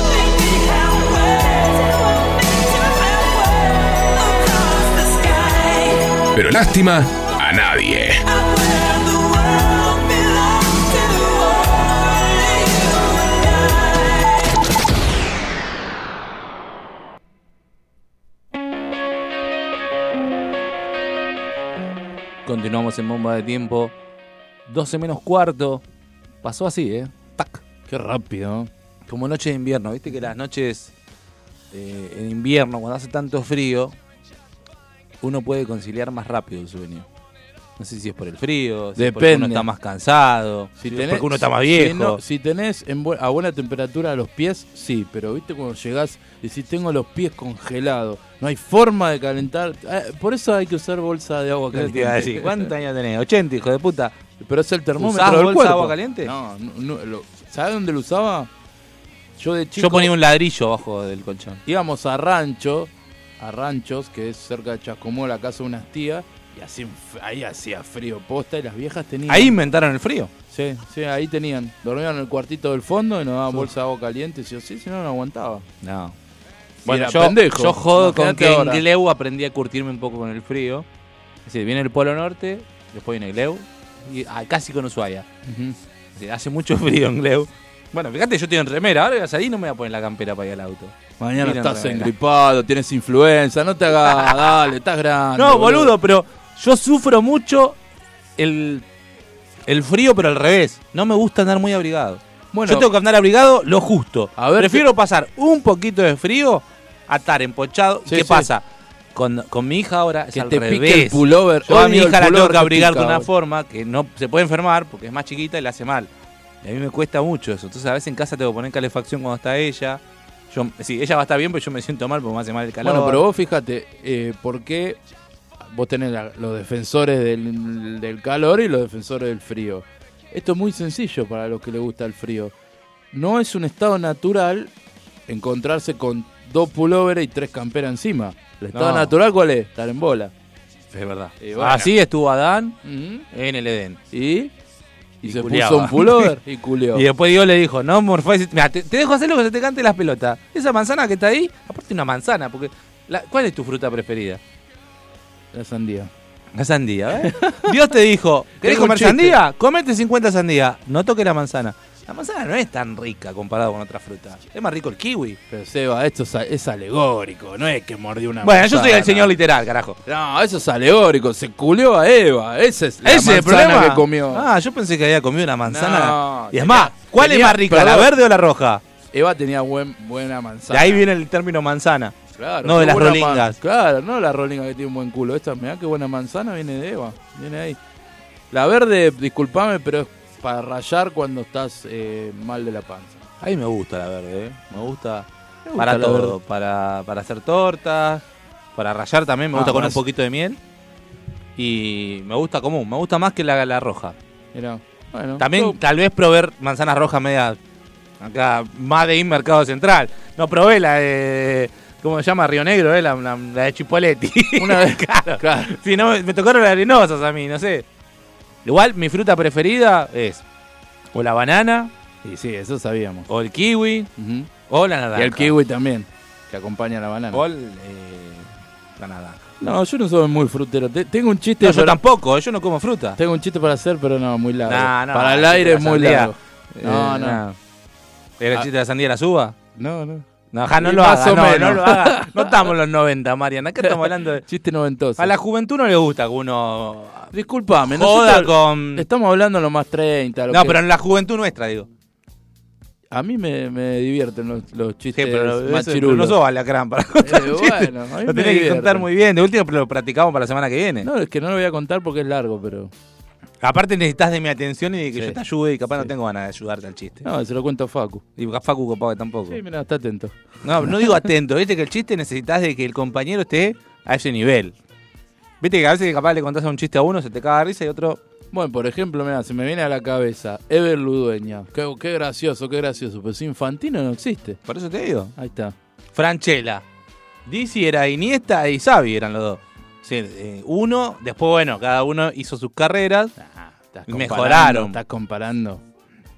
S1: Pero lástima a nadie.
S4: Continuamos en bomba de tiempo. 12 menos cuarto. Pasó así, ¿eh? Tac.
S5: Qué rápido.
S4: Como noche de invierno. Viste que las noches eh, en invierno, cuando hace tanto frío, uno puede conciliar más rápido el sueño. No sé si es por el frío, si es porque
S5: Depende.
S4: uno está más cansado, si es porque uno está más
S5: si
S4: viejo.
S5: no- si tenés en bu- a buena temperatura los pies, sí, pero viste cuando llegás y si tengo los pies congelados, no hay forma de calentar. Eh, por eso hay que usar bolsa de agua
S4: ¿Qué
S5: caliente.
S4: te iba a decir? ¿Cuántos años tenés? 80, hijo de puta.
S5: Pero es el termómetro
S4: ¿Usás
S5: del
S4: bolsa de
S5: cuerpo.
S4: agua caliente?
S5: No, no, no, lo- ¿sabés dónde lo usaba? Yo de chico
S4: Yo ponía un ladrillo abajo del colchón.
S5: íbamos a rancho a Ranchos, que es cerca de Chascomó, la casa de unas tías, y así, ahí hacía frío posta y las viejas tenían...
S4: Ahí inventaron el frío.
S5: Sí, sí, ahí tenían. Dormían en el cuartito del fondo y nos daban bolsa de agua caliente. Y yo, sí, si no, no aguantaba.
S4: No.
S5: Si
S4: Bueno,
S5: era
S4: yo,
S5: pendejo.
S4: yo jodo con
S5: Imagínate
S4: que
S5: ahora.
S4: en Gleu aprendí a curtirme un poco con el frío. Es decir, viene el Polo Norte, después viene Gleu, y ah, casi con Ushuaia.
S5: Ujú.
S4: Es decir, hace mucho frío en Gleu. Bueno, fíjate, yo estoy en remera, ahora voy a salir y no me voy a poner la campera para ir al auto.
S5: Mañana
S4: Mira,
S5: estás
S4: remera.
S5: engripado, tienes influenza, no te hagas, dale, estás grande.
S4: No, boludo, pero yo sufro mucho el, el frío, pero al revés. No me gusta andar muy abrigado.
S5: Bueno.
S4: yo tengo que andar abrigado lo justo.
S5: A ver,
S4: Prefiero pasar un poquito de frío a estar empochado.
S5: Sí,
S4: ¿Qué
S5: sí.
S4: pasa? Con, con mi hija ahora es
S5: Que
S4: al
S5: te
S4: revés.
S5: pique el pullover.
S4: Yo a
S5: Odio
S4: mi
S5: el
S4: hija la tengo
S5: pullover
S4: que abrigar
S5: pica,
S4: de una
S5: boludo.
S4: forma que no se puede enfermar porque es más chiquita y le hace mal. Y a mí me cuesta mucho eso. Entonces a veces en casa tengo que poner calefacción cuando está ella. Yo, sí, ella va a estar bien, pero yo me siento mal porque me hace mal el calor.
S5: Bueno, pero vos fíjate, eh, ¿por qué vos tenés la- los defensores del, del calor y los defensores del frío? Esto es muy sencillo para los que les gusta el frío. No es un estado natural encontrarse con dos pullovers y tres camperas encima. ¿El estado
S4: No.
S5: natural cuál es? Estar en bola.
S4: Es verdad.
S5: Y bueno.
S4: Así estuvo Adán
S5: Ujú.
S4: en el Edén.
S5: ¿Y? Y,
S4: Mm. Y
S5: se
S4: culeaba.
S5: puso un pullover y culeó.
S4: Y después Dios le dijo, no morfáis, mira, te, te dejo hacer lo que se te cante las pelotas. Esa manzana que está ahí, aparte una manzana, porque la- ¿cuál es tu fruta preferida?
S5: La sandía.
S4: La sandía, ¿eh? Dios te dijo, ¿querés
S5: Tengo un
S4: comer
S5: chiste.
S4: sandía? Comete 50 sandías, no toques la manzana. La manzana no es tan rica comparado con otras frutas. Es más rico el kiwi.
S5: Pero Seba, esto es, a- es alegórico, no es que mordió una
S4: Bueno, yo soy el
S5: manzana.
S4: señor literal, carajo.
S5: No, eso es alegórico, se culió a Eva, ese es la
S4: ¿Ese es el
S5: manzana
S4: problema?
S5: que comió.
S4: Ah, yo pensé que había comido una manzana.
S5: No,
S4: y es
S5: tenía-
S4: más, ¿cuál
S5: tenía-
S4: es más rica, la
S5: perdón.
S4: verde o la roja?
S5: Eva tenía buen, buena manzana.
S4: De ahí viene el término manzana.
S5: Claro,
S4: no de
S5: qué
S4: las
S5: buena
S4: rolingas.
S5: man- Claro, no la rolinga que tiene un buen culo. Esta, mirá qué buena manzana viene de Eva, viene ahí. La verde, disculpame, pero es para rayar cuando estás eh, mal de la panza.
S4: A mí me gusta la verde, ¿eh? me gusta,
S5: gusta
S4: para
S5: la
S4: todo, para, para hacer tortas, para rayar también, me
S5: Ah,
S4: gusta con
S5: para
S4: un
S5: hacer-
S4: poquito de miel y me gusta común, me gusta más que la, la roja.
S5: Mirá, bueno.
S4: También
S5: yo-
S4: tal vez proveer manzanas rojas media acá, más de ahí Mercado Central. No probé la de, ¿cómo se llama? Río Negro, ¿eh? la, la- la de Chipoletti.
S5: Una vez-
S4: claro.
S5: claro.
S4: Si no, me tocaron las arenosas a mí, no sé. Igual mi fruta preferida es o la banana,
S5: Y sí, eso sabíamos.
S4: o el kiwi,
S5: Ujú.
S4: o la naranja.
S5: Y el kiwi también, que acompaña a la banana.
S4: Gol, eh, la nada.
S5: No, yo no soy muy frutero. Te- tengo un chiste.
S4: No, yo
S5: pero-
S4: tampoco, eh, yo no como fruta.
S5: Tengo un chiste para hacer, pero no, muy largo.
S4: No, no,
S5: para el
S4: el chiste
S5: aire
S4: de
S5: es
S4: la
S5: muy
S4: sandía.
S5: largo. No,
S4: Eh,
S5: no.
S4: ¿Era el
S5: Ah.
S4: chiste de la sandía de la suba?
S5: No, no.
S4: No, ja, no
S5: Y
S4: lo
S5: más
S4: hagas,
S5: o
S4: no,
S5: menos.
S4: no lo hagas. No estamos en los 90, Mariana, acá estamos hablando de...
S5: Chiste noventoso.
S4: A la juventud no le gusta que uno
S5: Disculpame,
S4: joda
S5: nosotros
S4: con...
S5: estamos hablando lo más 30. lo
S4: No,
S5: que-
S4: pero en la juventud nuestra, digo.
S5: A mí me, me divierten los, los
S4: Sí,
S5: chistes
S4: pero eso- pero
S5: machirulos.
S4: no sos alacrán para contar
S5: Eh,
S4: chistes.
S5: bueno, a mí me
S4: Lo tenés que
S5: divierten.
S4: contar muy bien. De último lo practicamos para la semana que viene.
S5: No, es que no lo voy a contar porque es largo, pero...
S4: Aparte necesitas de mi atención y de que
S5: Sí.
S4: yo te ayude y capaz no tengo ganas de ayudarte al chiste.
S5: No, se lo cuento a Facu.
S4: Y Facu capaz que tampoco.
S5: Sí, mira, está atento.
S4: No, no digo atento, viste que el chiste necesitas de que el compañero esté a ese nivel. Viste que a veces capaz le contás un chiste a uno, se te caga de risa y otro.
S5: Bueno, por ejemplo, mira, se me viene a la cabeza Ever Ludueña. Qué, qué gracioso, qué gracioso. Pero si Infantino no existe.
S4: Por eso te digo.
S5: Ahí está.
S4: Franchella. Dizzy era Iniesta y Xavi eran los dos. Sí, eh, uno, después bueno, cada uno hizo sus carreras.
S5: Estás
S4: comparando,
S5: Estás
S4: estás
S5: comparando.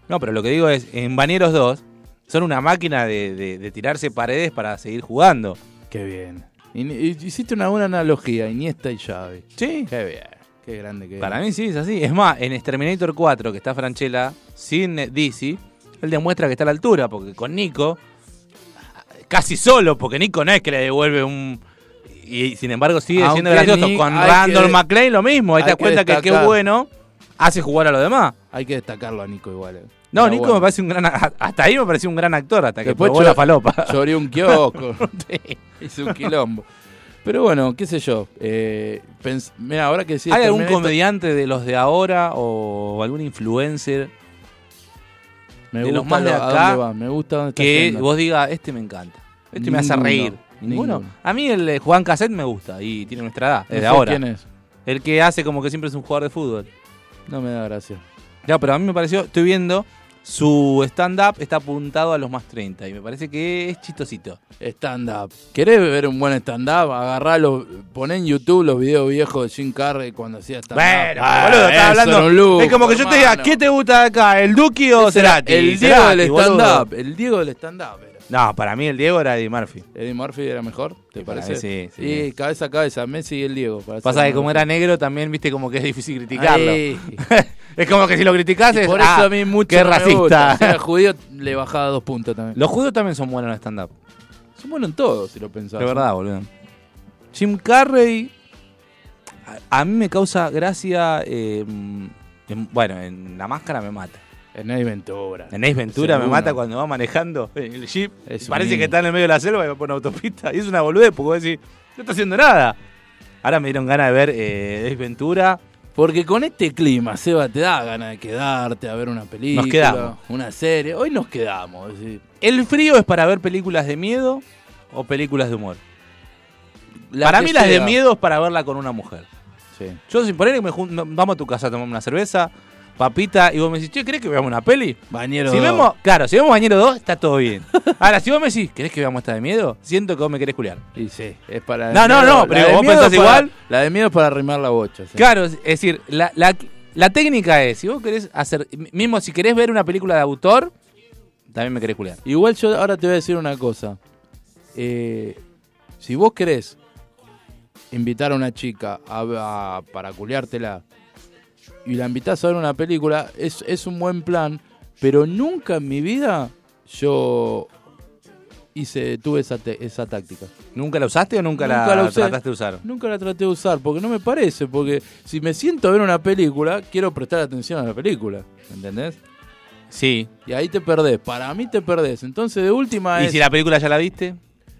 S4: No, pero lo que digo es, en Baneros 2 son una máquina de, de- de tirarse paredes para seguir jugando.
S5: Qué bien. hiciste una buena analogía, Iniesta y Xavi.
S4: Sí.
S5: Qué bien. Qué grande que
S4: Para mí sí, es así. Es más, en Exterminator 4, que está Franchella, sin eh, Dizzy, él demuestra que está a la altura, porque con Nico, casi solo, porque Nico no es que le devuelve un... Y sin embargo sigue siendo
S5: Aunque
S4: gracioso.
S5: Nick-
S4: con
S5: hay
S4: Randall
S5: que-
S4: McLean lo mismo, ahí te
S5: hay
S4: das
S5: que
S4: cuenta que, qué
S5: destacar.
S4: bueno hace jugar a los demás.
S5: Hay que destacarlo a Nico igual. eh.
S4: No,
S5: Era
S4: Nico
S5: bueno.
S4: me parece un gran... Hasta ahí me pareció un gran actor, hasta que
S5: Después
S4: probó
S5: yo-
S4: la falopa.
S5: Lloré un kiosco.
S4: Sí.
S5: Hice un quilombo. Pero bueno, qué sé yo. Eh, pens- Mira, ahora que decís
S4: ¿Hay algún
S5: Terminator,
S4: comediante de los de ahora o algún influencer
S5: me
S4: de los
S5: gusta
S4: más de
S5: lo- a
S4: acá
S5: dónde va, Me gusta dónde está
S4: que
S5: yendo.
S4: vos digas, este me encanta, este me hace
S5: Ninguno,
S4: reír. Ninguno.
S5: ninguno.
S4: A mí el eh, Juan Cassette me gusta y tiene nuestra edad,
S5: No
S4: es de
S5: sé
S4: ahora.
S5: quién es.
S4: El que hace como que siempre es un jugador de fútbol.
S5: No me da gracia.
S4: Ya, pero a mí me pareció, estoy viendo, su stand-up está apuntado a los más 30 y me parece que es chistosito.
S5: Stand-up. ¿Querés ver un buen stand-up? Agarrá los, poné en YouTube los videos viejos de Jim Carrey cuando hacía stand-up.
S4: Bueno,
S5: Ah,
S4: boludo,
S5: eso
S4: estás hablando.
S5: era un lujo,
S4: es como que yo te diga,
S5: hermano.
S4: ¿qué te gusta de acá? ¿El Duki o
S5: Ese era
S4: Cerati?
S5: El Diego
S4: Cerati,
S5: del
S4: boludo.
S5: stand-up. El Diego del stand-up era.
S4: No, para mí el Diego era Eddie Murphy.
S5: Eddie Murphy era mejor, ¿te
S4: Y para
S5: parece?
S4: mí sí, sí.
S5: Y cabeza a cabeza, Messi y el Diego. para
S4: Pasa
S5: ser
S4: que como
S5: mejor.
S4: era negro también, viste, como que es difícil criticarlo.
S5: Ahí.
S4: es como que si lo criticas
S5: Y
S4: es.
S5: Por
S4: ah,
S5: eso a mí mucho
S4: qué
S5: no me
S4: racista.
S5: gusta. Si era judío le bajaba dos puntos también.
S4: Los judíos también son buenos en stand-up.
S5: Son buenos en todo, si lo pensás.
S4: De verdad, boludo. Jim Carrey. A, a mí me causa gracia. eh, en- bueno, en La Máscara me mata.
S5: En Ace Ventura.
S4: En Ace Ventura
S5: Es
S4: me
S5: uno.
S4: mata cuando va manejando el jeep.
S5: Es
S4: y
S5: un
S4: parece
S5: niño.
S4: que está en el medio de la selva y va por una autopista. Y es una boludez, porque vos decís, no está haciendo nada. Ahora me dieron ganas de ver eh, Ace Ventura.
S5: Porque con este clima, Seba, te da ganas de quedarte a ver una película.
S4: Nos quedamos.
S5: Una serie. Hoy nos quedamos. es decir,
S4: ¿El frío es para ver películas de miedo o películas de humor?
S5: la
S4: para
S5: que
S4: mí las de
S5: sea.
S4: miedo es para verla con una mujer.
S5: Sí.
S4: Yo sin poner que me jun- vamos a tu casa a tomar una cerveza, papita, y vos me decís, che, ¿querés que veamos una peli?
S5: Bañero.
S4: si
S5: dos.
S4: vemos, claro, si vemos Bañero 2, está todo bien. Ahora, si vos me decís, ¿querés que veamos esta de miedo? Siento que vos me querés culiar.
S5: Y sí, es para.
S4: No,
S5: de
S4: no,
S5: miedo.
S4: no, pero
S5: La de
S4: vos
S5: miedo
S4: pensás
S5: es para-
S4: igual.
S5: La de miedo es para arrimar la bocha. sí.
S4: Claro, es decir, la, la- la técnica es, si vos querés hacer, m- mismo si querés ver una película de autor, también me querés culiar.
S5: Igual yo ahora te voy a decir una cosa. Eh, si vos querés invitar a una chica a- a- para culiártela y la invitás a ver una película, es, es un buen plan, pero nunca en mi vida yo hice tuve esa, te- esa táctica.
S4: ¿Nunca la usaste o nunca,
S5: Nunca
S4: la,
S5: la usé.
S4: trataste de usar?
S5: Nunca la traté de usar porque no me parece, porque si me siento a ver una película, quiero prestar atención a la película, ¿entendés?
S4: Sí.
S5: Y ahí te perdés, para mí te perdés. Entonces de última
S4: ¿Y
S5: es...
S4: si la película ya la viste?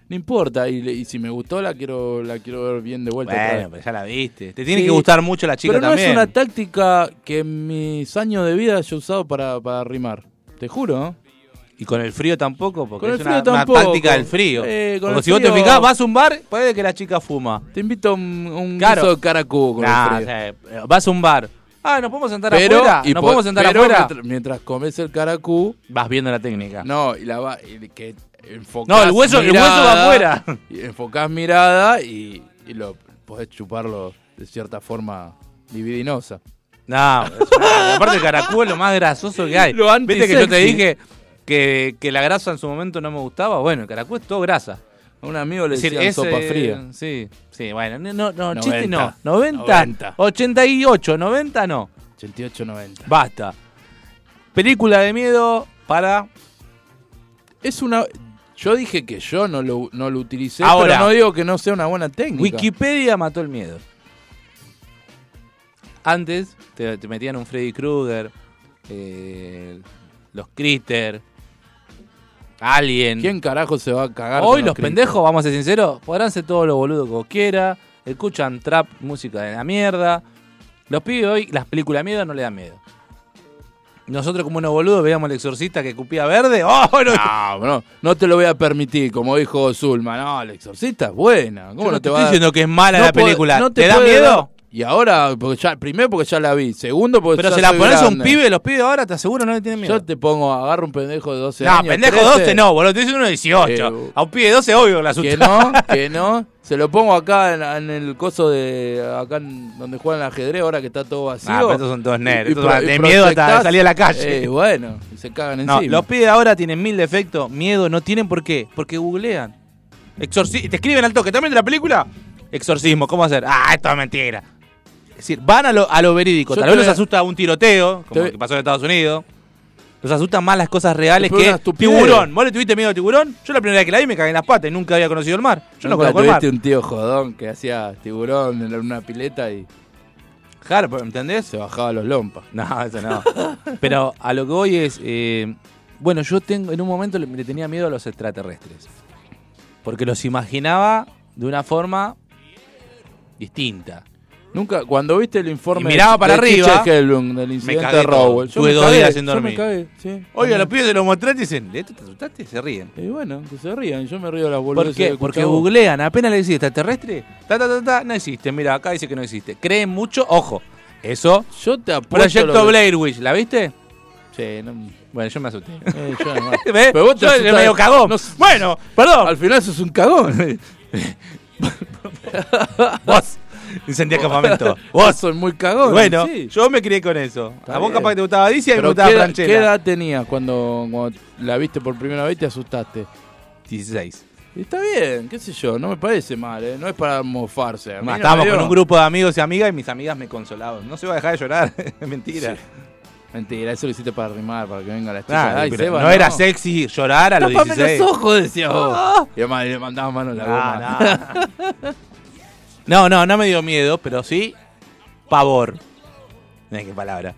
S5: No importa, y, le- y si me gustó la quiero la quiero ver bien de vuelta. otra
S4: Bueno,
S5: vez.
S4: pero ya la viste. Te tiene
S5: Sí.
S4: que gustar mucho la chica
S5: Pero no
S4: también.
S5: es una táctica que en mis años de vida yo he usado para, para rimar. Te juro. ¿eh?
S4: Y con el frío tampoco, porque
S5: Con el
S4: es una,
S5: frío
S4: una
S5: tampoco.
S4: táctica del frío.
S5: Eh, con
S4: Porque
S5: el
S4: si vos te
S5: frío-
S4: fijás, vas a un bar, puede que la chica fuma.
S5: Te invito a un, un
S4: Claro.
S5: guiso de caracú con el
S4: Nah,
S5: frío.
S4: o sea, Eh, vas a un bar. Ah, nos podemos sentar
S5: eh, Pero,
S4: afuera.
S5: y
S4: nos
S5: po-
S4: podemos sentar
S5: pero
S4: afuera.
S5: mientras, mientras comes el caracú,
S4: Vas viendo la técnica.
S5: no, y la va, y que enfocás
S4: No, el hueso- el hueso va afuera.
S5: Y enfocás mirada y, y lo podés chuparlo de cierta forma dividinosa.
S4: No, es una- aparte el caracú es lo más grasoso que hay.
S5: Lo
S4: Viste que yo te
S5: antisexy.
S4: dije que, que la grasa en su momento no me gustaba. Bueno, el caracú es todo grasa.
S5: A un amigo le
S4: Es decir,
S5: decían
S4: es,
S5: sopa
S4: eh,
S5: fría.
S4: Sí, sí, bueno, no, no, no,
S5: 90.
S4: chiste no. 90,
S5: 90.
S4: 88, 90 no.
S5: 88.90.
S4: Basta. Película de miedo para
S5: Es una. Yo dije que yo no lo, no lo utilicé,
S4: Ahora.
S5: pero no digo que no sea una buena técnica.
S4: Wikipedia mató el miedo. Antes te, te metían un Freddy Krueger, eh, los Critter, Alien.
S5: ¿Quién carajo se va a cagar?
S4: Hoy
S5: con
S4: los
S5: críticos?
S4: pendejos, vamos a ser sinceros, podrán ser todos los boludos que quiera, escuchan trap, música de la mierda. Los pibes hoy, las películas de miedo no le dan miedo. Nosotros como unos boludos veíamos el exorcista que cupía verde. ¡Oh, no!
S5: No, bro, no te lo voy a permitir, como dijo Zulma. No, el exorcista es buena. ¿Cómo
S4: Yo
S5: no
S4: no
S5: te
S4: te
S5: va
S4: estoy
S5: a dar-
S4: diciendo que es mala
S5: No
S4: la
S5: puede-
S4: película.
S5: no
S4: ¿Te da
S5: puede
S4: miedo?
S5: dar- Y ahora, porque ya, primero porque ya la vi. Segundo porque
S4: Pero
S5: ya
S4: se la
S5: soy
S4: pones a un
S5: grande.
S4: pibe, los pibes ahora te aseguro no le tienen miedo.
S5: Yo te pongo, agarro un pendejo de 12
S4: No,
S5: años.
S4: pendejo
S5: 13,
S4: 12 no, boludo. Te dicen uno de 18.
S5: Eh,
S4: a un pibe de 12, obvio que la
S5: Que
S4: asusta.
S5: no, que no. Se lo pongo acá en, en el coso de. Acá en- donde juegan al ajedrez, ahora que está todo vacío.
S4: Ah, pero estos son todos nerds, estos
S5: pro-
S4: van de miedo hasta
S5: proyectás-
S4: salir a la calle.
S5: Eh, bueno, y se cagan
S4: No,
S5: encima.
S4: los pibes ahora tienen mil defectos, miedo, no tienen por qué. Porque googlean. Exorci- te escriben al toque. ¿También de la película? Exorcismo, ¿cómo hacer? Ah, esto es mentira. Es decir, van a lo, a lo verídico.
S5: Yo
S4: Tal vez
S5: te
S4: los
S5: voy a-
S4: asusta un tiroteo, como
S5: voy-
S4: el que pasó en Estados Unidos. Los asustan más las cosas reales
S5: Pero una
S4: que
S5: estupidez.
S4: tiburón. ¿Vos le tuviste miedo a tiburón? Yo la primera vez que la vi me cagué en las patas y nunca había conocido el mar. Yo no
S5: Nunca
S4: conozco el mar.
S5: tuviste un tío jodón que hacía tiburón en una pileta y
S4: Claro, pero, ¿entendés?
S5: se bajaba los lompas.
S4: No, eso no. Pero a lo que voy es. eh, bueno, yo tengo en un momento le, le tenía miedo a los extraterrestres. Porque los imaginaba de una forma distinta.
S5: Nunca, cuando viste el informe.
S4: Y miraba para
S5: de
S4: arriba,
S5: Kitchen Hellblum, del incidente
S4: cagué
S5: de
S4: todo.
S5: Rowell.
S4: Tuve dos días sin
S5: yo me
S4: dormir.
S5: cagué, sí.
S4: Oiga, los pibes se los mostraste y dicen, ¿de esto te asustaste? Y se ríen.
S5: Y bueno, que se rían, yo me río de las boludeces.
S4: ¿Por qué?
S5: que
S4: Porque
S5: escuchaba vos.
S4: googlean, apenas le decís extraterrestre, ta, ta, ta, ta, no existe. Mira, acá dice que no existe. Creen mucho, ojo, eso.
S5: Yo te apuesto.
S4: Proyecto
S5: lo que-
S4: Blair Witch, ¿la viste?
S5: Sí, no-
S4: Bueno, yo me asusté.
S5: eh, yo no-
S4: ¿Ves?
S5: Pero vos te
S4: Yo
S5: asustás-
S4: medio cagón.
S5: no-
S4: bueno, perdón.
S5: al final sos un cagón.
S4: Vos incendiás campamento. Vos.
S5: sos muy cagón.
S4: bueno,
S5: sí.
S4: yo me crié con eso. a vos
S5: bien.
S4: capaz que te gustaba Dizzy y a mí me
S5: Pero
S4: gustaba
S5: ¿qué, edad-
S4: Franchella.
S5: qué edad tenías cuando, cuando la viste por primera vez y te asustaste?
S4: 16.
S5: Está bien, qué sé yo, no me parece mal, ¿eh? no es para mofarse. a mí
S4: Más,
S5: no
S4: estábamos
S5: me dio.
S4: con un grupo de amigos y amigas y mis amigas me consolaban. No se va a dejar de llorar. Es Mentira.
S5: Mentira, eso lo hiciste para rimar, para que venga la chica.
S4: Nah,
S5: Ay,
S4: pero
S5: Seba,
S4: no, era sexy llorar a los Ah.
S5: Tapame
S4: 16.
S5: los ojos, Ah, decía vos. Y además le mandaba mano a la
S4: Nah,
S5: goma.
S4: nah. no, no, no me dio miedo, pero sí pavor. Mirá qué palabra.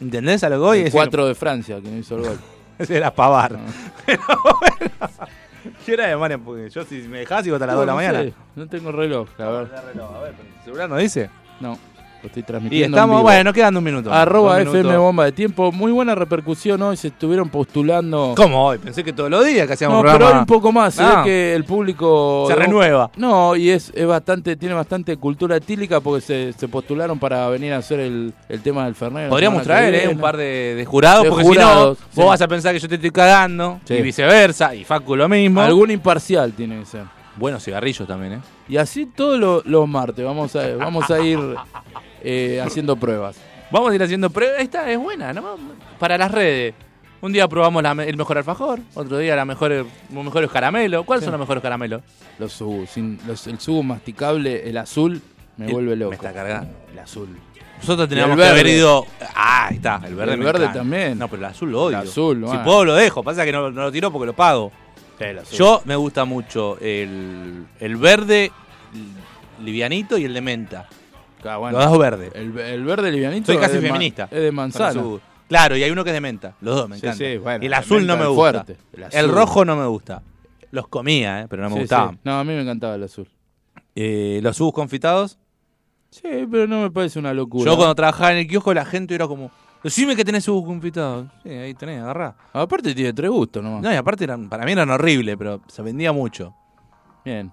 S4: ¿Entendés a lo que voy?
S5: El
S4: Es
S5: 4 de Francia, que no hizo el gol.
S4: Ese era pavar.
S5: Ah.
S4: Pero bueno. Yo era de Marian, porque yo si me dejás iba hasta las 2 de la
S5: No, no
S4: mañana.
S5: sé, no tengo reloj, la verdad.
S4: ¿El celular no dice?
S5: No, lo estoy
S4: Y
S5: transmitiendo. en
S4: estamos,
S5: vivo.
S4: bueno, nos quedan un minuto.
S5: Arroba
S4: Dos
S5: FM
S4: minutos.
S5: Bomba de Tiempo. Muy buena repercusión hoy. Se estuvieron postulando.
S4: ¿Cómo hoy? Pensé que todos los días que hacíamos
S5: No, pero hoy
S4: programa.
S5: un poco más. Se
S4: Ah.
S5: ve que el público.
S4: Se
S5: de Bomba-
S4: renueva.
S5: No, y es, es bastante, tiene bastante cultura etílica porque se, se postularon para venir a hacer el, el tema del Fernet.
S4: Podríamos traer eh, un par de, de jurados,
S5: De
S4: porque
S5: jurados,
S4: si no,
S5: sí.
S4: vos vas a pensar que yo te estoy cagando,
S5: Sí.
S4: y viceversa, y Facu lo mismo.
S5: Algún imparcial tiene que ser.
S4: Buenos cigarrillos también, ¿eh?
S5: Y así todos lo- los martes vamos a, vamos a ir eh, haciendo pruebas.
S4: Vamos a ir haciendo pruebas. Esta es buena, ¿no? Para las redes. Un día probamos la me- el mejor alfajor, otro día la mejor, los mejores caramelos. ¿Cuáles son los mejores caramelos?
S5: Los subus, sin- los- el subo masticable, el azul, me
S4: El-
S5: vuelve loco.
S4: Me está cargando.
S5: El azul.
S4: Nosotros
S5: el
S4: teníamos que haber
S5: verde.
S4: ido. Ah, ahí está. El verde
S5: El
S4: me
S5: verde
S4: encanta.
S5: también.
S4: No, pero el azul lo odio.
S5: El azul,
S4: Si
S5: ah.
S4: puedo, lo dejo. Pasa que no, no lo tiro porque lo pago.
S5: El
S4: Yo me gusta mucho el, el verde l- livianito y el de menta.
S5: Ah, bueno.
S4: Los dos verdes.
S5: el, el verde livianito.
S4: Soy casi
S5: es de ma-
S4: feminista.
S5: es de
S4: Con
S5: manzana.
S4: azul. Claro, y hay uno que es de menta. Los dos me
S5: Sí,
S4: encantan.
S5: sí, bueno,
S4: el
S5: la
S4: azul
S5: menta
S4: no me
S5: es
S4: gusta.
S5: fuerte. El
S4: El,
S5: azul.
S4: rojo no me gusta. Los comía, eh, pero no me
S5: Sí,
S4: gustaban.
S5: sí. No, a mí me encantaba el azul.
S4: Eh, los subos confitados.
S5: Sí, pero no me parece una locura.
S4: Yo cuando trabajaba en el kiosco la gente era como, decime que tenés subos confitados. Sí, ahí tenés, agarrá.
S5: Aparte tiene tres gustos nomás.
S4: No, y aparte eran, para mí eran horribles, pero se vendía mucho.
S5: Bien.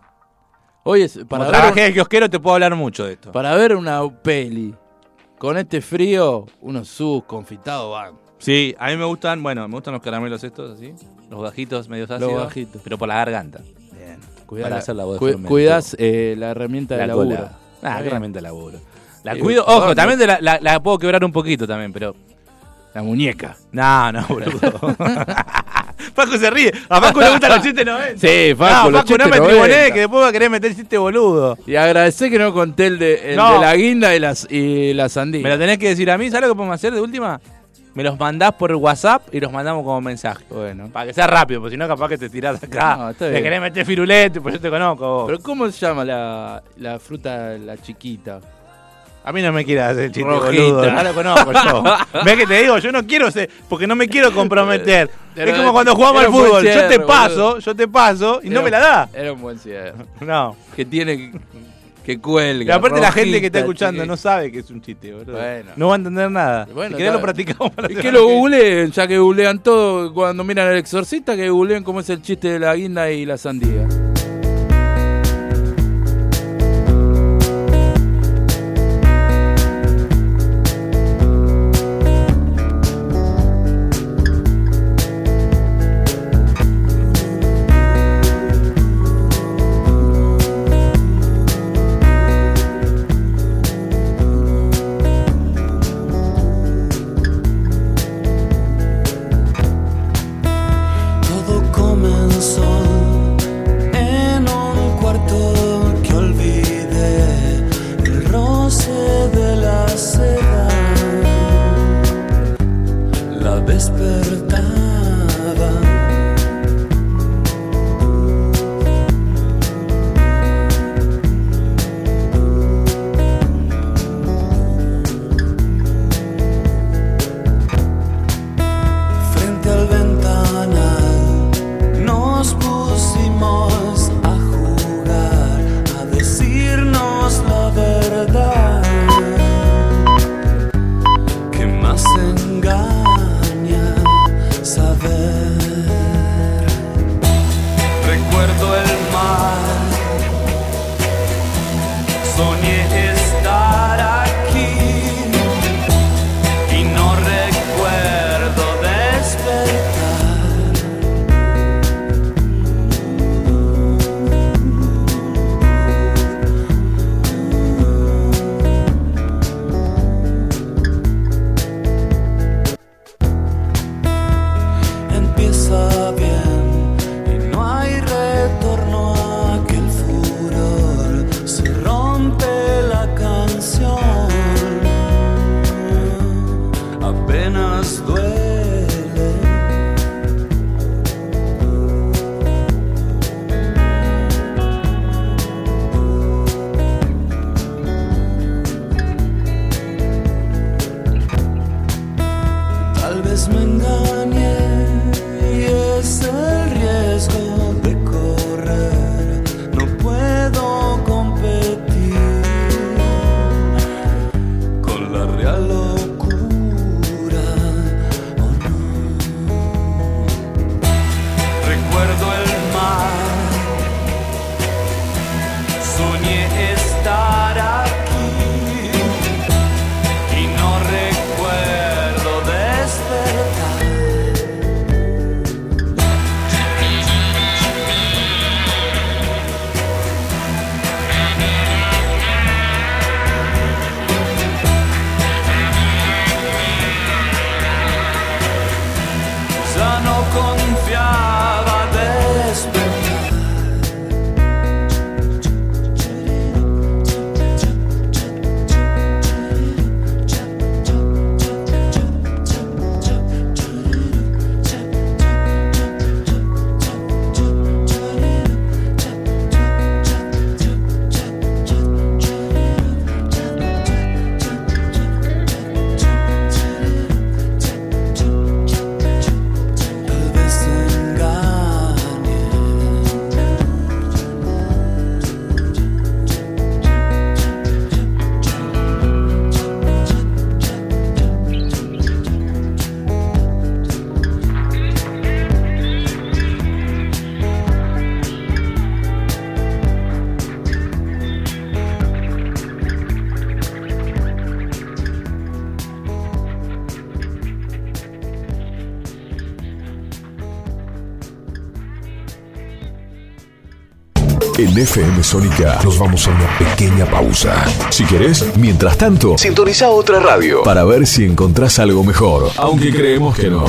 S5: Hoy es para
S4: Para
S5: ver,
S4: trabajé de kiosquero te puedo hablar mucho de esto.
S5: un- para ver una peli con este frío, unos sus confitados van.
S4: Sí, a mí me gustan, bueno, me gustan los caramelos estos, así. Los bajitos, medios ácidos.
S5: bajitos.
S4: Pero por la garganta.
S5: Cuidá
S4: Para
S5: la-
S4: hacer la voz de
S5: cu-
S4: fermento.
S5: Cuidás eh, la herramienta de
S4: La
S5: laburo.
S4: cola.
S5: Está
S4: Ah, qué
S5: bien.
S4: herramienta de laburo. La
S5: Eh,
S4: cuido,
S5: perdón,
S4: ojo,
S5: no.
S4: también de la, la- la puedo quebrar un poquito también, pero...
S5: La muñeca.
S4: No, no, boludo. Paco se ríe. A Paco le gustan los chistes 90.
S5: Sí, Facu,
S4: no,
S5: los
S4: Paco, no me
S5: chistes
S4: tribunés,
S5: 90.
S4: que después va a querer meter chiste boludo.
S5: Y agradecé que no conté el de, el
S4: No.
S5: de la guinda y, las, y la sandía.
S4: Me lo tenés que decir a mí, ¿sabes lo que podemos hacer de última? Me los mandás por WhatsApp y los mandamos como mensaje.
S5: Bueno.
S4: Para que sea rápido, porque si no, capaz que te tirás acá.
S5: No, está
S4: te
S5: bien.
S4: querés meter firulete, pues yo te conozco. vos.
S5: Pero ¿cómo se llama la, la fruta, la chiquita?
S4: a mí no me quieras hacer chiste
S5: Rojita. Ah,
S4: boludo. No lo conozco yo. ¿Ves que te digo? Yo no quiero ser. Porque no me quiero comprometer.
S5: Pero-
S4: es como cuando jugamos al
S5: pero fue
S4: fútbol. yo te
S5: cierre,
S4: paso,
S5: boludo.
S4: yo te paso y no
S5: Era-
S4: me la da.
S5: Era un buen cierre.
S4: No.
S5: Que tiene. Que cuelga.
S4: Y aparte, la gente que
S5: rojita,
S4: está escuchando
S5: che.
S4: no sabe que es un chiste, boludo.
S5: Bueno.
S4: No va a entender nada.
S5: Bueno,
S4: si querés,
S5: está
S4: lo
S5: bien.
S4: practicamos para
S5: Y
S4: la
S5: que lo
S4: semana
S5: googleen, ya que googlean todo cuando miran el exorcista, que googleen cómo es el chiste de la guinda y la sandía.
S7: Todo comenzó en un cuarto que olvidé el roce de la seda. La despertaba. Frente al ventanal nos pusimos a jugar, a decirnos la verdad. ¿Qué más engaña?
S1: En FM Sónica nos vamos a una pequeña pausa. Si querés, mientras tanto, sintoniza otra radio para ver si encontrás algo mejor. Aunque creemos que no.